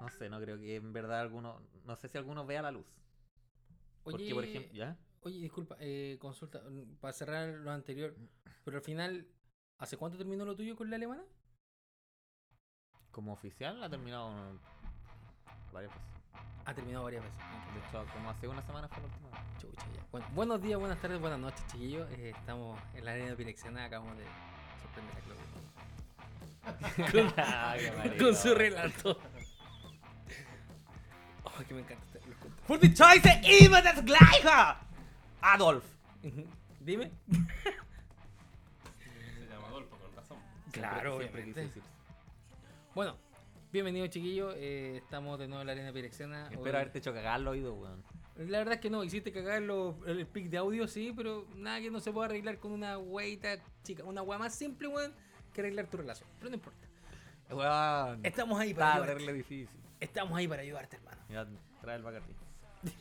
No sé, no creo que en verdad alguno. No sé si alguno vea la luz. Oye, Porque, por ejemplo, ¿ya? oye, disculpa, eh, consulta, mm, para cerrar lo anterior, pero al final, ¿hace cuánto terminó lo tuyo con la alemana? Como oficial ha terminado varias veces. Ha terminado varias veces. De hecho, como hace una semana fue la última. vez. Chucha, ya. Bueno, buenos días, buenas tardes, buenas noches, chiquillos. Eh, estamos en la arena direccionada, acabamos de sorprender a Claudio. Ah, qué marido. Con su relato. Oh, que me encanta este, los cuentos. ¡For the choice immer das gleiche! Adolf. Dime. Se llama Adolfo, con razón. Claro, Siempre- siempre obviamente. Ah, quise decir. Bueno, bienvenidos chiquillos, eh, estamos de nuevo en la arena direccionada. Espero haberte hecho cagar el oído, weón. La verdad es que no, hiciste cagar los- el pic de audio, sí, pero nada que no se pueda arreglar con una weita chica, una wea más simple, weón, que arreglar tu relación. Pero no importa. Weón. Estamos ahí para Está ayudarte. verle difícil. Estamos ahí para ayudarte, hermano. Mira, trae el Bacardi.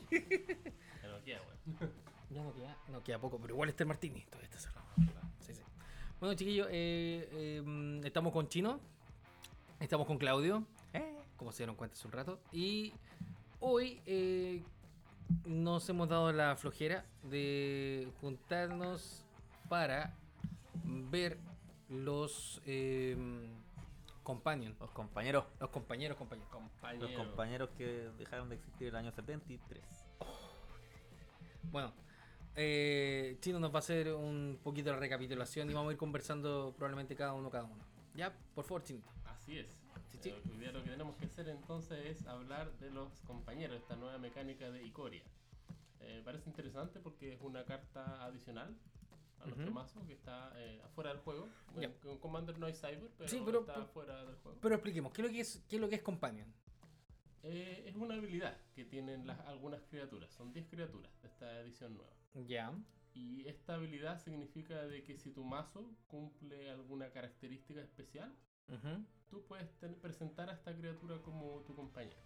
Pero aquí, weón. Ya no queda, no queda poco, pero igual está el Martini, todavía está cerrado. Sí, sí. Bueno, chiquillos, eh, eh, estamos con Chino, estamos con Claudio, Eh. como se dieron cuenta hace un rato. Y hoy eh, nos hemos dado la flojera de juntarnos para ver los eh, companion, Los compañeros. los compañeros, compañeros. Los Compañero. compañeros que dejaron de existir el año 73. Bueno, eh, Chino nos va a hacer un poquito la recapitulación y vamos a ir conversando probablemente cada uno, cada uno. Ya, por favor, Chinito. Así es. Sí, sí. Eh, Hoy día lo que tenemos que hacer entonces es hablar de los compañeros, esta nueva mecánica de Icoria. Eh, parece interesante porque es una carta adicional a nuestro Ujú. mazo que está eh, afuera del juego. Ya. Bueno, Con Commander no hay Cyber, pero, Sí, pero- está pero- fuera del juego. Pero expliquemos, ¿qué es lo que es, qué es, lo que es Companion? Eh, es una habilidad que tienen las, algunas criaturas. Son 10 criaturas de esta edición nueva. Ya. Y esta habilidad significa de que si tu mazo cumple alguna característica especial, ujú, tú puedes ten- presentar a esta criatura como tu compañero.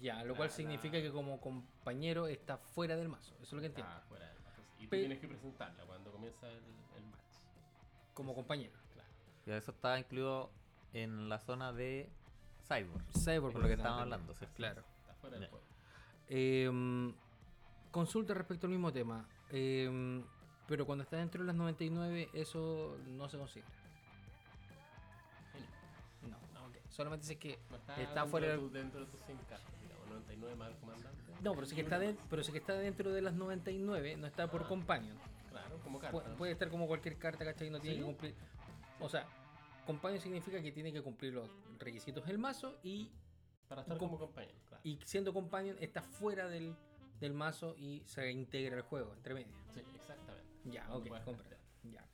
Ya, lo cual La- significa la- que como compañero está fuera del mazo. Eso es lo que entiendo. Está Ah, fuera del mazo. Y tú Pe- tienes que presentarla cuando comienza el, el match. Como compañero. Claro. Y eso estaba incluido en la zona de Cyborg. Cyborg, Por lo que estábamos hablando, ¿cierto? Claro. Está fuera del Ya. juego. Eh, consulta respecto al mismo tema. eh, pero cuando está dentro de las 99, eso no se considera. Bueno, No, ok. Solamente si es que no Está dentro fuera de del- tu- dentro de tus 100 cartas, digamos, 99 más el comandante. No, pero sí que está, Y uno den- pero sí que está dentro de las 99, no está por Ah. companion. más. Claro, como Pu- carta. ¿no? puede estar como cualquier carta, ¿cachai? Y no tiene Sí. que cumplir. O sea, companion significa que tiene que cumplir los requisitos del mazo y, Para estar com- como compañero, claro. y siendo companion está fuera del, del mazo y se integra al juego, entre medio. Sí, exactamente. Ya, Cuando ok, puedas compra. cartear. Ya.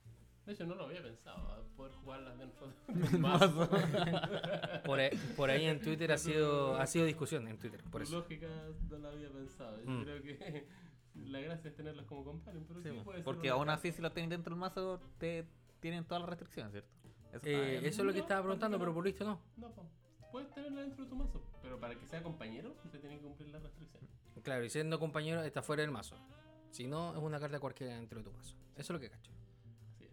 De hecho, no lo había pensado, a poder jugarlas dentro de un mazo. Por, ahí- por ahí en Twitter ha sido, ha sido discusión en Twitter, por Tu eso. lógica no la había pensado. Yo Mm. creo que la gracia es tenerlos como compañeros, pero Sí, sí, pues, po. puede ser Porque una aún carta. así, si lo tenéis dentro del mazo, te tienen todas las restricciones, ¿cierto? Eso está Eh, bien. eso es lo que No, estaba preguntando, no. pero por lo visto no. No, po. puedes tenerla dentro de tu mazo, pero para que sea compañero se tiene que cumplir la restricción. Claro, y siendo compañero está fuera del mazo. Si no, es una carta cualquiera dentro de tu mazo. Eso es lo que cacho. Así es.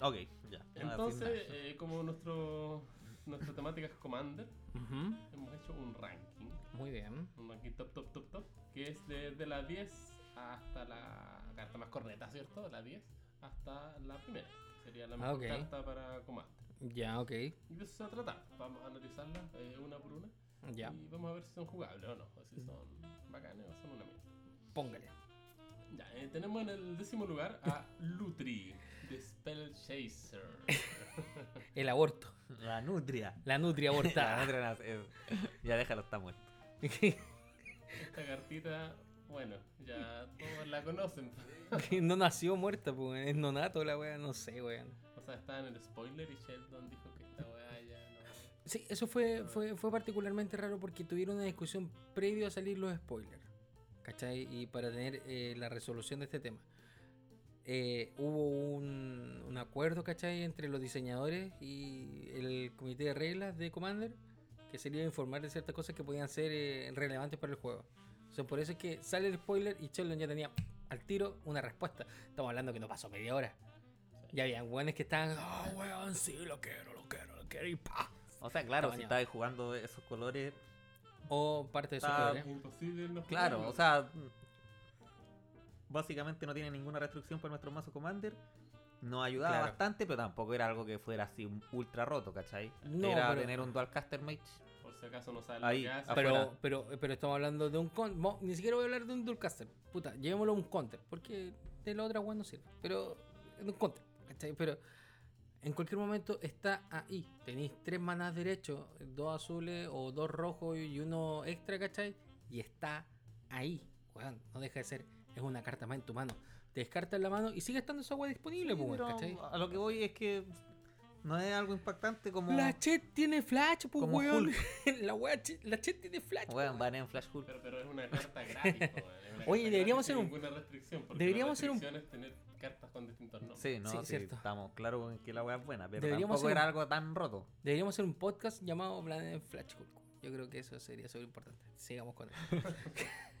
Ok, ya. No voy a decir Entonces, nada. eh, como nuestro nuestra temática es Commander, Ujú, hemos hecho un ranking, Muy bien. un ranking top, top, top, top, que es desde la 10 hasta la carta más corneta, ¿cierto? La 10 hasta la primera. que Sería la mejor Ah, ok. carta para Commander. Ya, ok. Y de eso se va a tratar. Vamos a analizarlas eh, una por una. Ya, Y vamos a ver si son jugables o no, o si son bacanes o son una mierda. póngale. Ya, eh, tenemos en el décimo lugar a Lutri de Spell Chaser. El aborto. La nutria. La nutria La abortada. nutria nace- es- ya déjalo, está muerto. Esta cartita, bueno, ya todos la conocen. Que no nació muerta, pues. Es nonato la wea, no sé, weón. O sea, estaba en el spoiler y Sheldon dijo que esta weá ya no. Sí, eso fue, fue, fue particularmente raro porque tuvieron una discusión previo a salir los spoilers. ¿Cachai? Y para tener eh, la resolución de este tema. Eh, hubo un, un acuerdo, ¿cachai? Entre los diseñadores y el comité de reglas de Commander que sería informar de ciertas cosas que podían ser eh, relevantes para el juego. O sea, por eso es que sale el spoiler y Sheldon ya tenía al tiro una respuesta. Estamos hablando que no pasó media hora. Ya habían weones que estaban, oh weón, sí, lo quiero, lo quiero, lo quiero, y pa, O sea, claro, Está si bañado. estabas jugando esos colores, O parte de ¿eh? esos Está- colores. Es imposible no claro, pues. jugarlo. o sea, mm, básicamente no tiene ninguna restricción para nuestro mazo Commander. Nos ayudaba Claro. bastante, pero tampoco era algo que fuera así ultra roto, ¿cachai? No, era pero- tener un Dual Caster Mage. Por si acaso no saben Ahí, lo que hace. afuera. ah, Pero, pero, pero estamos hablando de un counter. Ni siquiera voy a hablar de un Dualcaster. Puta, llevémoslo a un counter. Porque de la otra weá no sirve. Pero en un counter. ¿cachai? Pero en cualquier momento está ahí. Tenéis tres manás derechos, dos azules o dos rojos y uno extra, ¿cachai? Y está ahí. Weón, no deja de ser. Es una carta más en tu mano. Te descartas la mano y sigue estando esa agua disponible, Sí, po, weón, pero pues, ¿cachai? a lo que voy es que no es algo impactante como. La Chet tiene flash, pues, Como weón. La, weá Chet- la Chet tiene flash. po, Weón, weón. van en Flash Hulk. Pero, pero es una carta gratis. weón, es una carta Oye, deberíamos gratis sin hacer un- ninguna restricción, porque deberíamos la hacer un- restricción es tener cartas con distintos nombres. Sí, no, Sí, sí, cierto. estamos claros en que la weá es buena, pero Deberíamos tampoco hacer era un- algo tan roto. Deberíamos hacer un podcast llamado Planet Flash Hulk. Yo creo que eso sería súper importante. Sigamos con eso. Así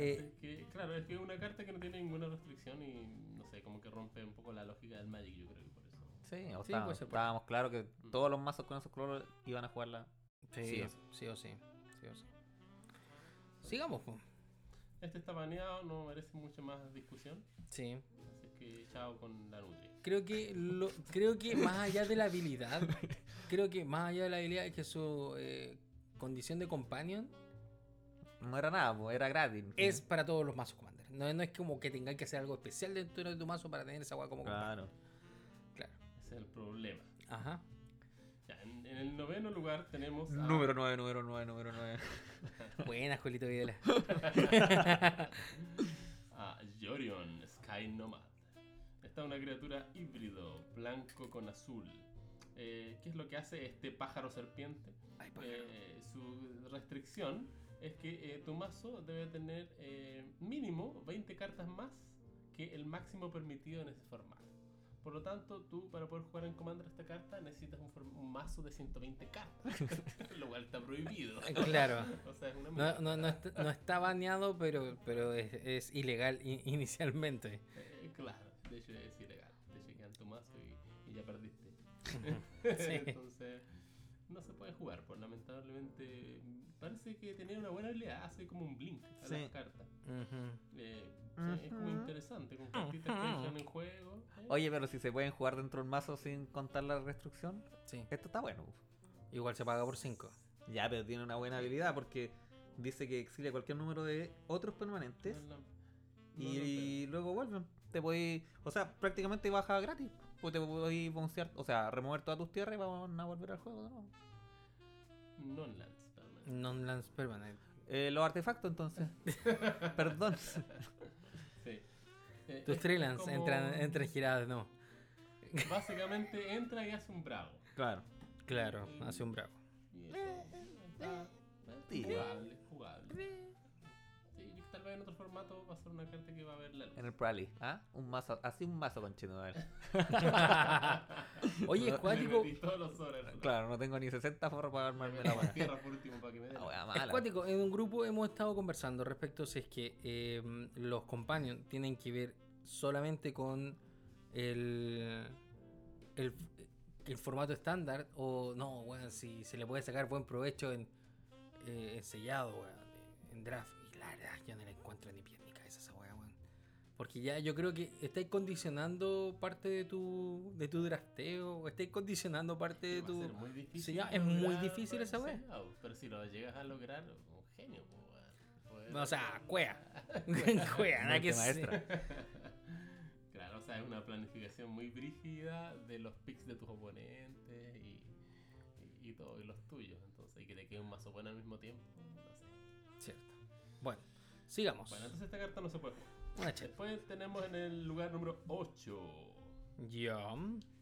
Eh, que, claro, es que es una carta que no tiene ninguna restricción y no sé, como que rompe un poco la lógica del Magic, yo creo que por eso. Sí, o Sí, sea, puede ser, pues. puede estábamos claros que todos los mazos con esos colores iban a jugarla. sí, sí o sí, o sí. Sí o sí. Sigamos. po. Este está baneado, no merece mucha más discusión, Sí. así que chao con la Nutria. Creo que, lo- creo que más allá de la habilidad, creo que más allá de la habilidad es que su eh, condición de companion No era nada, po, era gratis. es para todos los mazos commander. No, no es como que tengáis que hacer algo especial dentro de tu mazo para tener esa agua como commander. Claro. Claro. Ese es el problema. Ajá. Ya, en, en el noveno lugar tenemos a- Número 9, número 9, número 9. Buenas, Julito Videla. a Jorion Sky Nomad. Esta es una criatura híbrido, blanco con azul. Eh, ¿Qué es lo que hace este pájaro serpiente? Ay, pájaro. Eh, su restricción es que eh, tu mazo debe tener eh, mínimo 20 cartas más que el máximo permitido en ese formato. Por lo tanto, tú para poder jugar en Commander esta carta necesitas un, form- un mazo de 120 cartas, lo cual está prohibido. Claro. O sea, es una No, mierda. no, no, está, no está baneado, pero, pero es, es ilegal i- inicialmente. Eh, claro, de hecho es ilegal. Te chequean tu mazo y, y ya perdiste. Entonces, no se puede jugar, pues lamentablemente. Parece que tenía una buena habilidad, hace como un blink a Sí. las cartas. Ujú. Eh, o sea, Es como Ujú. interesante, con cartitas que Ujú. entran en juego. eh. Oye, pero si se pueden jugar dentro del mazo sin contar la restricción, Sí. esto está bueno. pues. Igual se paga por 5. Ya, pero tiene una buena habilidad porque dice que exilia cualquier número de otros permanentes No, no, no, no, y luego vuelven. Te podéis, o sea, prácticamente baja gratis. Pues te podéis bouncear, o sea, remover todas tus tierras y van a volver al juego de nuevo. pero no lands, realmente. Non-lands permanent. Eh, los artefactos, entonces. Perdón. Sí. Eh, Tus es Treelance como- entran, entran giradas, no. Básicamente entra y hace un bravo. Claro. Claro, hace un bravo. Y eso, está- Sí. jugable, eh, jugable. Sí, y tal vez en otro formato va a ser una carta que va a ver la luz. En el Prally. ¿Ah? Un mazo, así un mazo con chino. ¿eh? a ver. Oye, Le escuático, Le metí todos los sobres. Claro, no tengo ni 60 forros para armarme la la buena. tierra por último para que me den. Ah, La wea mala. escuático, en un grupo hemos estado conversando respecto si es que eh, los companions tienen que ver solamente con el, el, el formato estándar o no, weón, si se le puede sacar buen provecho en, eh, en sellado, weón, en draft. Y la verdad, yo no le encuentro ni pie ni cabeza a esa weá, weón. Porque ya yo creo que estáis condicionando parte de tu, de tu drafteo, o estáis condicionando parte de Va a tu... ser muy difícil Sí, ya, es muy lograr difícil esa poder wea. sellado, Pero si lo llegas a lograr, un genio, pues, po, wea. Poder O sea, hacer- cuea. cuea, nada Mente que se- maestra. Claro, o sea, es una planificación muy brígida de los picks de tus oponentes y, y, y todo, y los tuyos. Entonces, y que te quede un mazo bueno al mismo tiempo. no sé. Cierto. Bueno, sigamos. Bueno, entonces esta carta no se puede jugar. Una chat. Después Pues tenemos en el lugar número 8. Ya.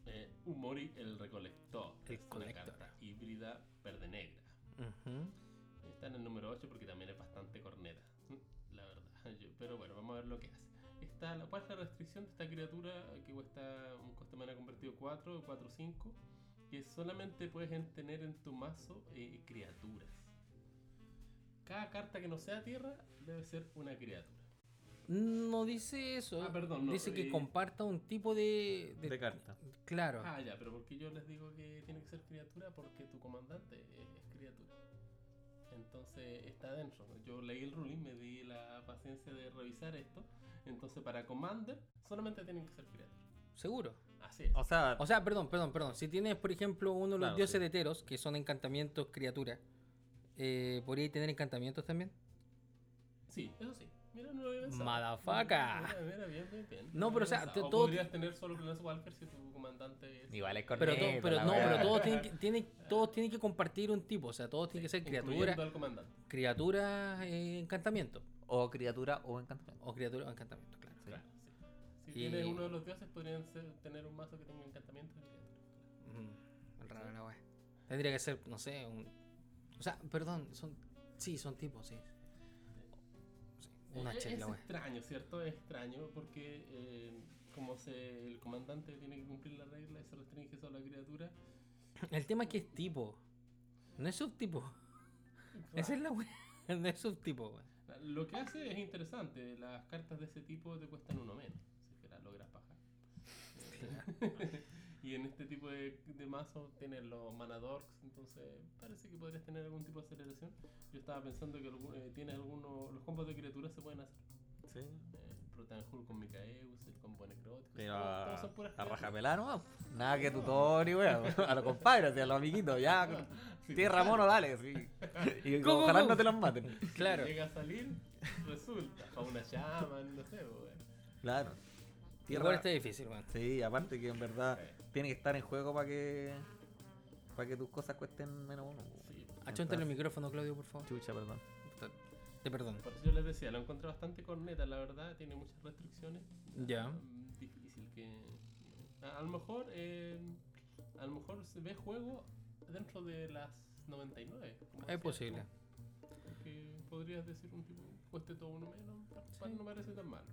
Eh, Umori el recolector. El es una colector. carta híbrida verde negra. Ujú. Está en el número 8 porque también es bastante corneta. La verdad. Yo- pero bueno, vamos a ver lo que hace. Está, la- ¿Cuál es la restricción de esta criatura que cuesta un coste mana convertido 4 o 4 5? Que solamente puedes en- tener en tu mazo eh, criaturas. Cada carta que no sea tierra debe ser una criatura. No dice eso. Ah, perdón, no, dice que eh, comparta un tipo de. de- de carta. Claro. Ah, ya, pero porque yo les digo que tiene que ser criatura porque tu comandante es, es criatura. Entonces está adentro. Yo leí el ruling, me di la paciencia de revisar esto. Entonces para commander solamente tienen que ser criaturas. Seguro. Así es. O sea, O sea, perdón, perdón, perdón. Si tienes, por ejemplo, uno de los Claro, dioses sí. de Teros, que son encantamientos criaturas, eh, ¿podría tener encantamientos también? Sí, eso sí. Mira, no lo había pensado. Madafaca. Mira, mira, bien, bien, bien. No, lo pero, había o sea, pensado. te- todo- podrías tener solo Planeswalker si tu comandante es. Igual es Pero, to- corneta, pero la no, weá. pero todos tienen, que, tienen- todos tienen que compartir un tipo. O sea, todos tienen que ser incluyendo criaturas, al comandante. criaturas, eh, encantamientos. o criatura o encantamiento. O criaturas, o encantamientos, claro. Claro, sí. Si Y- tienes uno de los dioses, podrían ser- tener un mazo que tenga encantamiento. de criatura. Mm, raro la weá. Tendría que ser, no sé, un. O sea, perdón, son. Sí, son tipos, sí. Sí, Eh, Una es chela, weá. extraño, ¿cierto? Es extraño porque eh, como se, el comandante tiene que cumplir la regla y se restringe solo a criaturas. El tema es que es tipo. No es subtipo. Esa es la weá. No es subtipo, weá. Ah, Lo que hace es interesante. Las cartas de ese tipo te cuestan uno menos. Así que la logras bajar. y en este tipo de, de mazo tienes los manadorks, entonces parece que podrías tener algún tipo de aceleración. Yo estaba pensando que algún- eh, tienes algunos. Los combos de criaturas se pueden hacer. Sí. Eh, Protean Hulk con Micaeus, el combo necrótico. Pero todos- a, todos son puras a criaturas. rajapelar nomás. Nada que tutor y weón. A los compadres, así, a los amiguitos. Ya, con- Sí, tierra mono, dale. Sí. Y Go, go, ojalá go. no te los maten. Claro. Llega a salir, resulta. A una llama, no sé, pues, weón. Claro. Igual está difícil, weón. Sí, aparte que en verdad tiene que estar en juego para que para que tus cosas cuesten menos uno. po. Sí. Achóntale el Entonces- micrófono, Claudio, por favor. Chucha, perdón. Te perdono. Por eso yo les decía, lo encontré bastante corneta, la verdad, tiene muchas restricciones. Ya. Mm, Difícil que. A, a lo mejor. eh, a lo mejor se ve juego dentro de las 99. como Es decías posible. tú, Que podrías decir un tipo, cueste todo uno menos, pa- pa- no parece tan malo.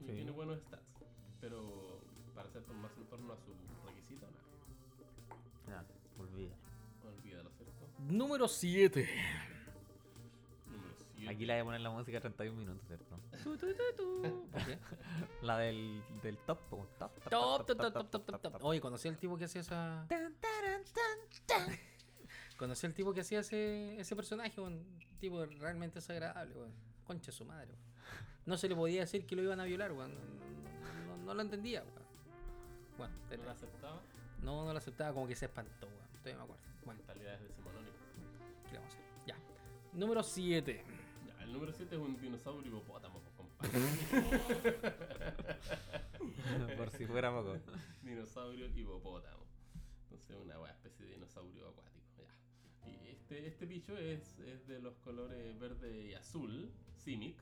Y Sí. tiene buenos stats, pero para hacer más en torno a su requisito, nada. Ya, olvida. Olvídalo, ¿cierto? Número 7. Número 7. Aquí le voy a poner la música 31 minutos, ¿cierto? ¿Por qué? La del, del top, po, top, Top, top, top, top, top, top, top. Oye, conocí al tipo que hacía esa. Conocí al tipo que hacía ese, ese personaje, un tipo realmente desagradable, weón. Concha su madre, weón. No se le podía decir que lo iban a violar, weón. No, no- no- no lo entendía, weón. Bueno, No lo detalles. aceptaba, no, no lo aceptaba, como que se espantó, weón. Todavía me acuerdo. Bueno, mentalidades decimonónicas. ¿qué le vamos a hacer? Ya. Número 7. Ya, el número 7 es un dinosaurio hipopótamo, pues, compadre. Por si fuera poco. dinosaurio hipopótamo. Entonces, una buena especie de dinosaurio acuático. Ya. Y este, este bicho es, es de los colores verde y azul, Simic.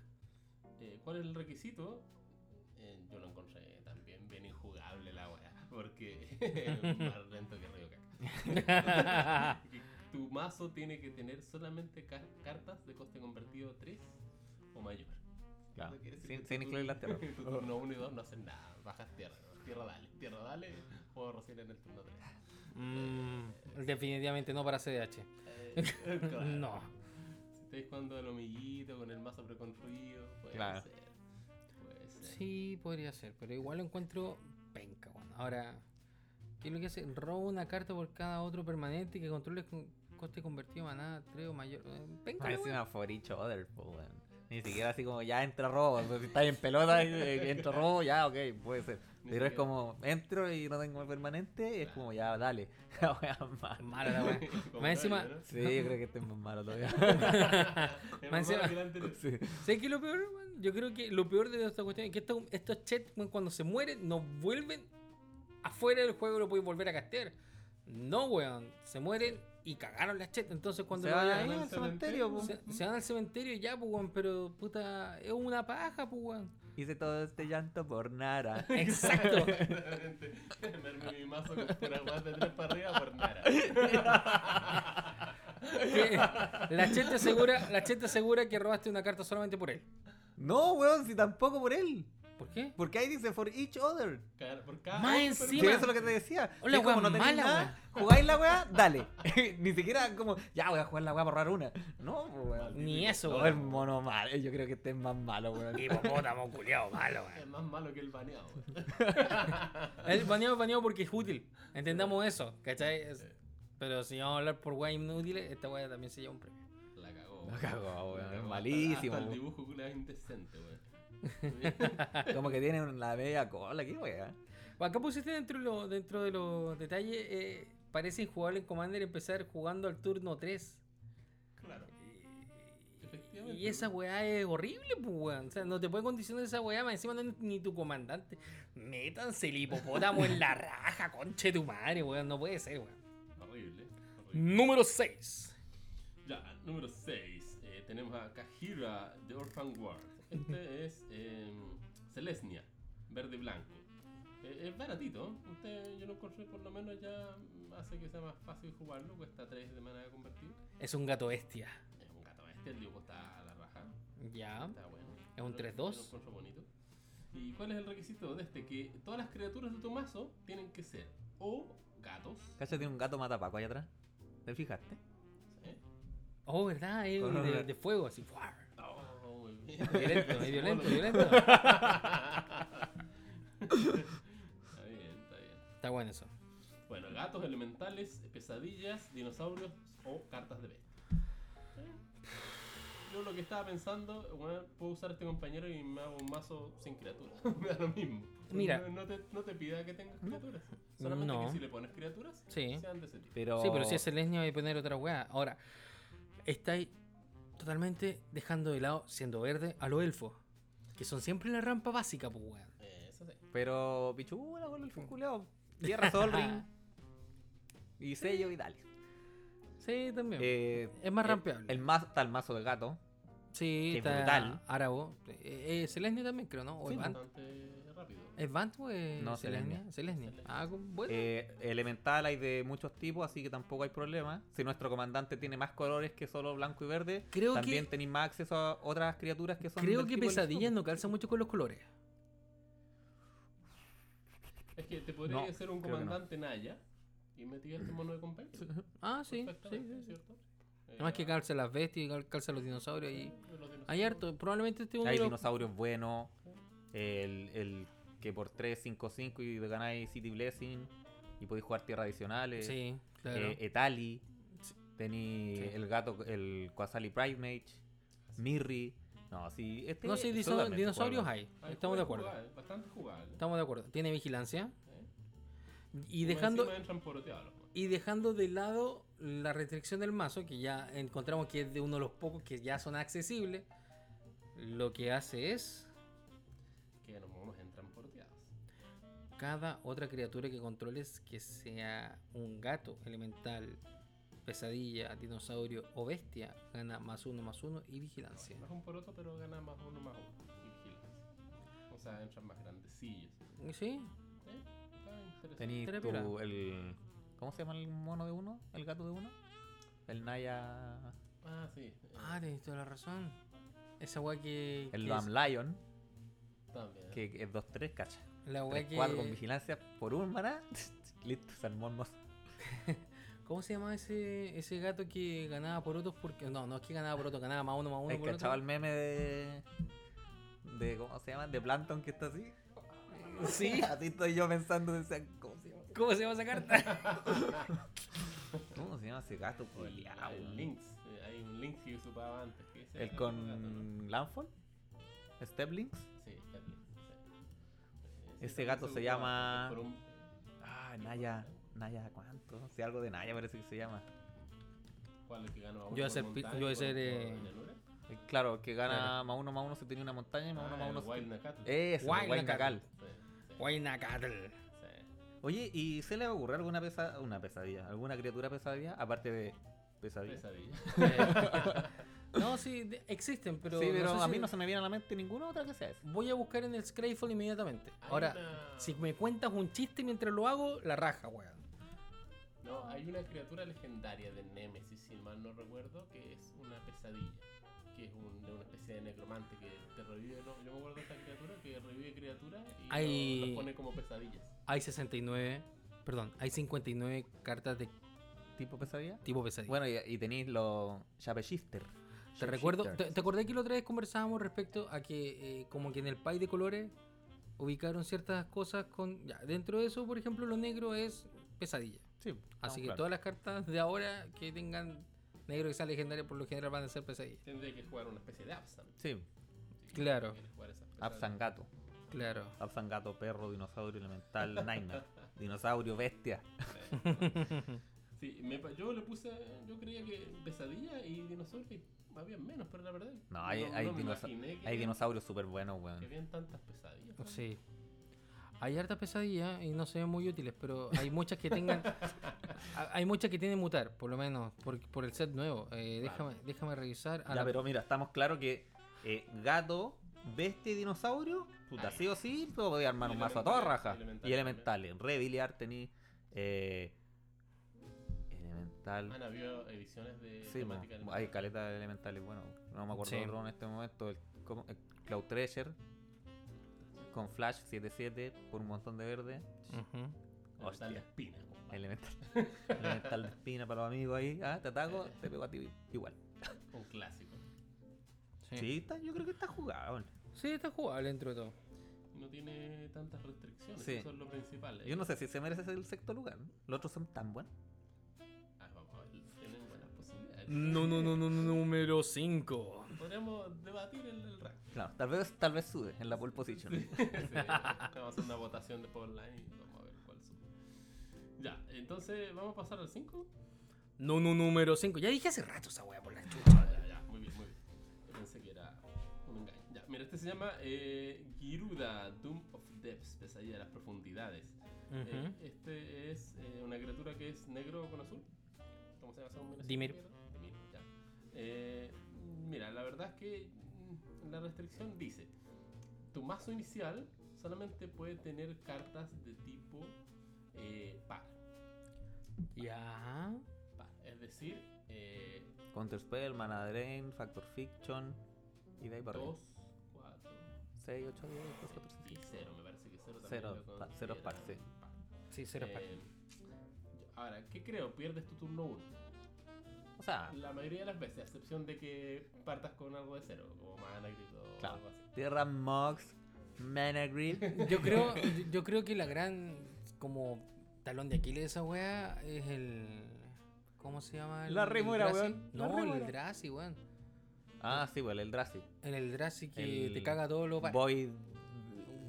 Eh, ¿Cuál es el requisito? Eh, yo lo encontré también bien injugable la weá, porque es más lento que Río Caca. Que tu mazo tiene que tener solamente ca- cartas de coste convertido 3 o mayor. Ya, Eso quiere decir que Sin, tu sin incluir turno- las tierras. tu turno 1 y 2 no hacen nada, bajas tierra. Tierra dale, tierra dale, juego recién en el turno 3. Mm. definitivamente no para CDH. No. Eh, Si estáis jugando al homillito con el mazo preconstruido, puede Claro. ser. Puede ser. Sí, podría ser, pero igual lo encuentro penca, weón. Ahora, ¿qué es lo que hace? Roba una carta por cada otro permanente que controle con coste convertido a nada, 3 o mayor. Eh, Penca, Ah, la weá. encima for each other, po, weón. Ni siquiera así como ya entra robo. o sea, Si estás en pelota, eh, entra robo, ya, ok, puede ser. Ni Pero es siquiera. como entro y no tengo permanente, es como ya, dale. La wea mala. Mala la weá. Como Más encima- gallo, ¿no? Sí, yo creo que este es más malo todavía. Es Más encima- malo que el anterior. Sí. ¿Sabes qué es lo peor, weón? Yo creo que lo peor de esta cuestión es que estos, estos chats, weón, cuando se mueren, no vuelven afuera del juego, lo puedes volver a castear. No, weón. Se mueren y cagaron las chats. Entonces, cuando Se lo van vayan- ahí al al cementerio, po. se, se van al cementerio y ya, pues, weón, pero puta, es una paja, pues, weón. Hice todo este llanto por nada. Exacto. Exactamente. Me armé mi mazo con pura guas de tres para arriba por nada. Que la gente asegura, la gente asegura que robaste una carta solamente por él. No, weón, si tampoco por él. ¿Por qué? Porque ahí dice for each other. Cada- por cada Más uno, encima. pero- Sí, Sí, man. eso es lo que te decía. Hola, Es como weón, no tenés mala, nada, jugáis la weá, dale. Ni siquiera como, ya voy a jugar la weá para ahorrar una. No, pues, weón. Ni eso, No, el weón. mono malo. Yo creo que este es más malo, weón. Hipopótamo culiao malo, Es más malo que el baneado. weón. El baneado, baneado porque es útil. Entendamos eso, ¿cachai? Es- pero si vamos a hablar por weas inútiles, esta wea también se lleva un premio. La cagó. La cagó, La weón, cagó. es Hasta- malísimo, Hasta el weón. dibujo culiao es indecente, weón. Como que tiene la media cola aquí, weón. Acá pusiste dentro, de lo- dentro de los detalles, eh, parece injugable en Commander empezar jugando al turno 3. Claro. Efectivamente. Y esa weá es horrible, pues, weón. O sea, no te puede condicionar esa weá, más encima no es ni tu comandante. Métanse el hipopótamo en la raja, conche tu madre, weón. No puede ser, weón. Horrible. horrible. Número 6. Ya, número 6. tenemos a Kahira de Orphan Ward. Este es eh, Celesnia, verde y blanco. Eh, es baratito. Este, yo lo encontré por lo menos ya mm, hace que sea más fácil jugarlo. Cuesta 3 de manera de convertir. Es un gato bestia. Es un gato bestia, el dibujo está a la raja. Ya. Está bueno. Es un Lo- 3-2. lo encuentro bonito. ¿Y cuál es el requisito de este? Que todas las criaturas de tu mazo tienen que ser o gatos. Cacha tiene un gato matapaco allá atrás. ¿Te fijaste? ¿eh? Oh, ¿verdad? Es Con de, una- de fuego, así. ¡fuar! Oh, muy bien. Violento, es violento, violento. Está bien, está bien. Está bueno eso. Bueno, gatos, elementales, pesadillas, dinosaurios o cartas de bestia. Yo lo que estaba pensando, bueno, puedo usar este compañero y me hago un mazo sin criaturas. me da lo mismo. Mira. No, no te, no te pida que tengas criaturas. Solamente No. que si le pones criaturas, Sí. sean de ese tipo. Pero... Sí, pero si es lesnio hay que poner otra weá. Ahora, estáis totalmente dejando de lado, siendo verde, a los elfos. Que son siempre la rampa básica, pues weón. Eh, eso sí. Pero pichula con el funculeo. Tierra, sol, ring. Y sello y dale. Sí, también. Eh, Es más el- rampeable. El más, está el mazo del gato. sí, que está brutal. Árabo. Eh, eh, Selesnya también, creo, ¿no? O Sí, es Vant. bastante rápido. ¿Es Vant o es No, Selesnya? Selesnya. Selesnya. Ah, con- bueno. Eh, elemental hay de muchos tipos, así que tampoco hay problema. Si nuestro comandante tiene más colores que solo blanco y verde, Creo también que- tenéis más acceso a otras criaturas que son. Creo del que tipo del pesadillas sur. no calza mucho con los colores. Es que te podría No, hacer un creo que no. comandante Naya y metías este mono de compañero. Ah, sí. sí, Perfectamente, sí, sí. ¿cierto? Eh, Además que calza las bestias y cal- calza los dinosaurios y. los dinosaurios. Hay harto, probablemente este uno Hay de los- dinosaurios buenos. El, el que por 3, 5, 5 y ganáis City Blessing. Y podéis jugar tierras adicionales. Sí, claro. eh, Etali. Tení Sí. el gato, el Quasali Pride Mage. Mirri. No, sí. Este no, sí, es diso- totalmente dinosaurios jugable. hay. Hay Estamos de jugadas acuerdo. jugables, bastante jugable. Estamos de acuerdo. Tiene vigilancia. ¿eh? Y Como dejando, encima entran poroteados los monos. y dejando de lado la restricción del mazo, que ya encontramos que es de uno de los pocos que ya son accesibles, lo que hace es Que los monos entran poroteados. cada otra criatura que controles, que sea un gato, elemental, pesadilla, dinosaurio o bestia, gana más uno, más uno y vigilancia. No es un poroto, pero gana más uno más uno. Y vigilancia. O sea, entran más grandecillos. ¿Sí? ¿eh? Está interesante. Tení Era tu- piola. el. ¿Cómo se llama el mono de uno? ¿El gato de uno? El Naya. Ah, sí. eh, Ah, tenés toda la razón. Esa weá que. El que Lamb Lion, Eh, también. que es 2-3, cacha. es- la weá 3-4 con que- vigilancia por un maná. Listo, salmón mozo. ¿Cómo se llamaba ese, ese gato que ganaba por otros? Porque, no, no es que ganaba por otros, ganaba más uno, más uno. Es por que otro. el meme de. de ¿Cómo se llama? De Planton que está así. Sí. Así estoy yo pensando. decía, ¿Cómo se llama? ¿Cómo se llama esa carta? ¿Cómo se llama ese gato? Pues, O el, culiao, el weón? Lynx. eh, hay un Lynx que yo supaba antes. que ese El era otro gato, ¿no? con. Landfall. Step Links. Sí, está bien, sí. Ese también gato se ocupaba llama- por un- eh, Ah, Naya. Naya, ¿cuánto? Si algo de Naya parece que se llama. ¿Cuál es que ganó? Yo voy a ser pi- yo voy a ser, eh, Eh, Claro, que gana Claro. más uno más uno si tenía una montaña y más Ah, uno más uno si Wild tenía- Nakatl. Eh, Eso, Wild Wild Nakatl. Nakatl. Sí, sí, Guaynacatl. sí. Oye, ¿y se le ocurre alguna pesa una pesadilla? ¿Alguna criatura pesadilla? Aparte de pesadilla. Pesadilla. no, sí, de- existen, pero. sí, pero sé a si- mí no se me viene a la mente ninguna otra que sea esa. Voy a buscar en el Scryfall inmediatamente. Hay Ahora, una- si me cuentas un chiste mientras lo hago, la raja, weón. No, hay una criatura legendaria de Nemesis, si mal no recuerdo, que es una pesadilla. que es un- una especie de necromante que te revive. ¿no? Yo me acuerdo de esta criatura que revive criaturas y Hay- lo- los pone como pesadillas. Hay 69, perdón, hay 59 cartas de ¿Tipo pesadilla? tipo pesadilla. Bueno, y, y tenéis los Shapeshifter. te recuerdo, te, te acordé que la otra vez conversábamos respecto a que eh, como que en el país de colores ubicaron ciertas cosas con... ya, dentro de eso, por ejemplo, lo negro es pesadilla. Sí, Así estamos que claros. todas las cartas de ahora que tengan negro que sea legendario por lo general van a ser pesadillas. Tendría que jugar una especie de Absan. Sí, si Claro. quieres jugar esas pesadillas. Absan gato. Claro. Absan gato, perro, dinosaurio, elemental, nightmare. dinosaurio, bestia. Sí, me pa- yo le puse, yo creía que pesadilla y dinosaurio había menos, pero la verdad. No, hay- hay me dinosa- imaginé que Hay habían- dinosaurios súper buenos, Que weón. habían tantas pesadillas. ¿no? Sí. Hay hartas pesadillas y no se ven muy útiles, pero hay muchas que tengan. ha- hay muchas que tienen mutar, por lo menos, por, por el set nuevo. Eh, Claro. déjame, déjame revisar. a Ya, la- pero mira, estamos claros que eh, gato, bestia y dinosaurio, puta, Ahí. sí o sí, te voy a armar un mazo a toda Elementales, raja. elementales Y elementales, rebiliar tení. eh, elemental. Han habido ediciones de Sí, mo, eh, temática hay elemental. caleta de elementales, bueno, no me acuerdo Sí. de otro en este momento. El, como- el Cloud Treasure con Flash 77 por un montón de verde. Ujú. Elemental de Hostia. espina. compadre. Elemental. elemental de espina para los amigos ahí. Ah, te ataco, Eh. te pego a ti igual. Un clásico. Eh. Sí. Sí, está- yo creo que está jugado. Sí, está jugable dentro de todo. No tiene tantas restricciones. Sí. Eso es lo principal. ¿eh? Yo no sé si se merece ser el sexto lugar. Los otros son tan buenos. Ah, vamos a ver, tienen buenas posibilidades. no, no, no, número 5. Podríamos debatir el, el ranking. Claro, tal vez, tal vez sube en la pole position. Sí, sí, Vamos a hacer una votación de online y vamos a ver cuál sube. Ya, entonces vamos a pasar al 5. No, no, número 5. Ya dije hace rato esa wea por la Ah, chucha. ya, ya, muy bien, muy bien. Yo pensé que era un engaño. Ya, mira, este se llama eh, Giruda, Doom of Depths, Pesadilla de las Profundidades. Eh, Ujú. este es eh, una criatura que es negro con azul. ¿Cómo se llama esa combinación? Dimir. Dimir, ya. Eh, mira, la verdad es que mm, la restricción dice: tu mazo inicial solamente puede tener cartas de tipo eh, par. Ya. par. Es decir, eh, Counter Spell, Mana Drain, Factor Fiction. Y de ahí para arriba. 2, 4 6, 8, 10, 12, 14, y 15. 0. Me parece que 0 también. Cero, lo pa- cero par, consideran sí. par. Sí, cero par. Eh, ahora, ¿qué creo? Pierdes tu turno 1. O sea, La mayoría de las veces, a excepción de que partas con algo de cero, como mana, grito Claro. o algo así. Tierra Mox, Mana Grid. Yo creo, yo- yo creo que la gran como talón de Aquiles de esa wea es el. ¿Cómo se llama? el- La el rémora, Drazi? weón. La No, el rémora. Eldrazi, weón. Ah, sí, bueno, el Drazi. El Eldrazi que El te caga todo lo. Void.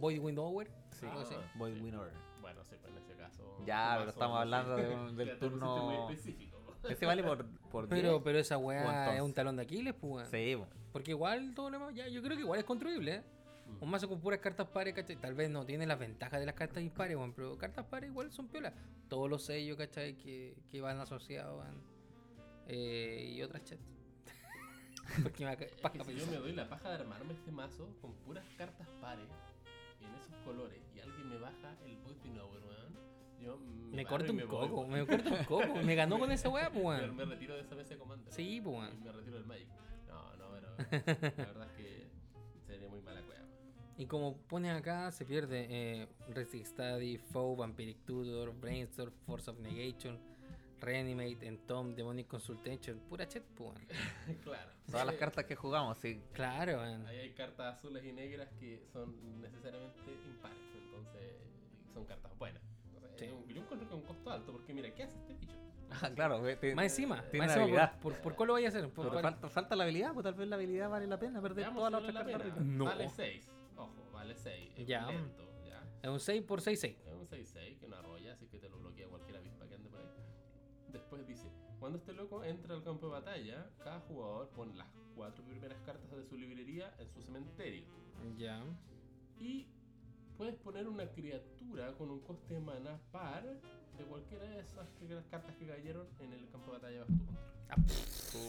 Boy Windower. Sí, algo así. Ah. Void Sí. Winner. Bueno, sí, pues en ese caso. Ya, tu pero mazo, estamos no sé, hablando de un- del ya te pusiste turno. Muy específico. Ese vale por, por 10. Pero, pero esa wea O entonces. es un talón de Aquiles, pues, weón. Sí, bueno. Porque igual todo lo demás, ya, yo creo que igual es construible, ¿eh? Mm. Un mazo con puras cartas pares, ¿cachai? Tal vez no tiene las ventajas de las cartas impares, weón, pero cartas pares igual son piolas. Todos los sellos, ¿cachai? Que, que van asociados, weón. Eh, y otras chats. Porque me Es aca- que paja si yo pensar. me doy la paja de armarme este mazo con puras cartas pares en esos colores y alguien me baja el Void Winnower, weón, yo me, Me paro corto y un me voy, coco, weón. me corto un coco. Me ganó con esa weá, pues, Me, weón. me retiro de esa mesa de comando. Sí, pues, Y weón. me retiro del Magic. No, no, pero la verdad es que sería muy mala cueva. Y como pones acá, se pierde eh, Resist Study, Foe, Vampiric Tutor, Brainstorm, Force of Negation, Reanimate, Entomb, Demonic Consultation. Pura chat, pues, weón. claro. Todas las Sí. cartas que jugamos, sí. Claro, weón. Ahí hay cartas azules y negras que son necesariamente impares, entonces son cartas buenas. Entonces, Sí. es un- yo encuentro que es un costo alto, porque mira, ¿qué hace este bicho? Ah, claro. ve- te- Más encima, Tiene más la encima, habilidad. por, por, por cuál lo vaya a hacer? Por pero cuál- falta, falta la habilidad, pues tal vez la habilidad vale la pena perder Veamos todas las si otras vale la cartas. pena. No. Vale 6, ojo, vale 6. Es Ya. lento, ya. Es un 6 por 6, 6. Es un 6-6 que no arrolla, así que te lo bloquea cualquier avispa que ande por ahí. Después dice, cuando este loco entra al campo de batalla, cada jugador pone las cuatro primeras cartas de su librería en su cementerio. Ya. Y puedes poner una criatura con un coste de mana par de cualquiera de esas primeras cartas que cayeron en el campo de batalla bajo tu control.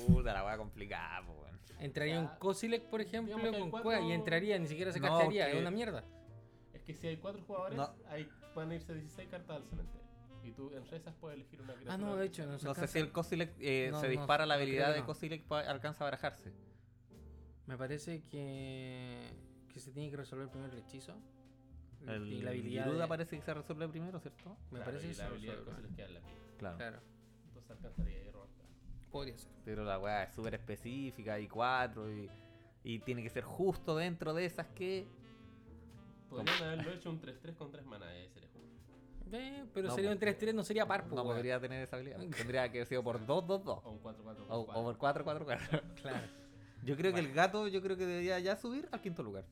Mm. Puta, la a complicar, pues, weón. Entraría un Ya. Kozilek, por ejemplo, Digamos que hay con cuatro- Cueva y entraría, ni siquiera se No, castearía, porque- es una mierda. Es que si hay cuatro jugadores, No. hay, van a irse 16 cartas al cementerio. Y tú en esas puedes elegir una criatura. Ah, no, de hecho, no se No sé si el Cosilec eh, No, se no, dispara la no creo habilidad que de no. Cosilec pa- alcanza a barajarse. Me parece que, que se tiene que resolver primero el hechizo. El, y la habilidad. Giruda de- parece que se resuelve primero, ¿cierto? Me Claro, parece y que se la habilidad resuelve después se primero. les queda en la piel. Claro. Claro, Entonces alcanzaría a robar. podría ser. Pero la weá es súper específica y cuatro y, y tiene que ser justo dentro de esas que. Podrían haberlo hecho un 3-3 con 3 maná y ahí sería justo. Eh, pero No, sería un pues, 3-3, no sería par, pues, No weón. podría tener esa habilidad. Tendría que haber sido por 2, 2, 2. O un 4-4 Oh, O, o por 4, 4, 4. Claro. Yo creo que Bueno. el gato, yo creo que debería ya subir al quinto lugar.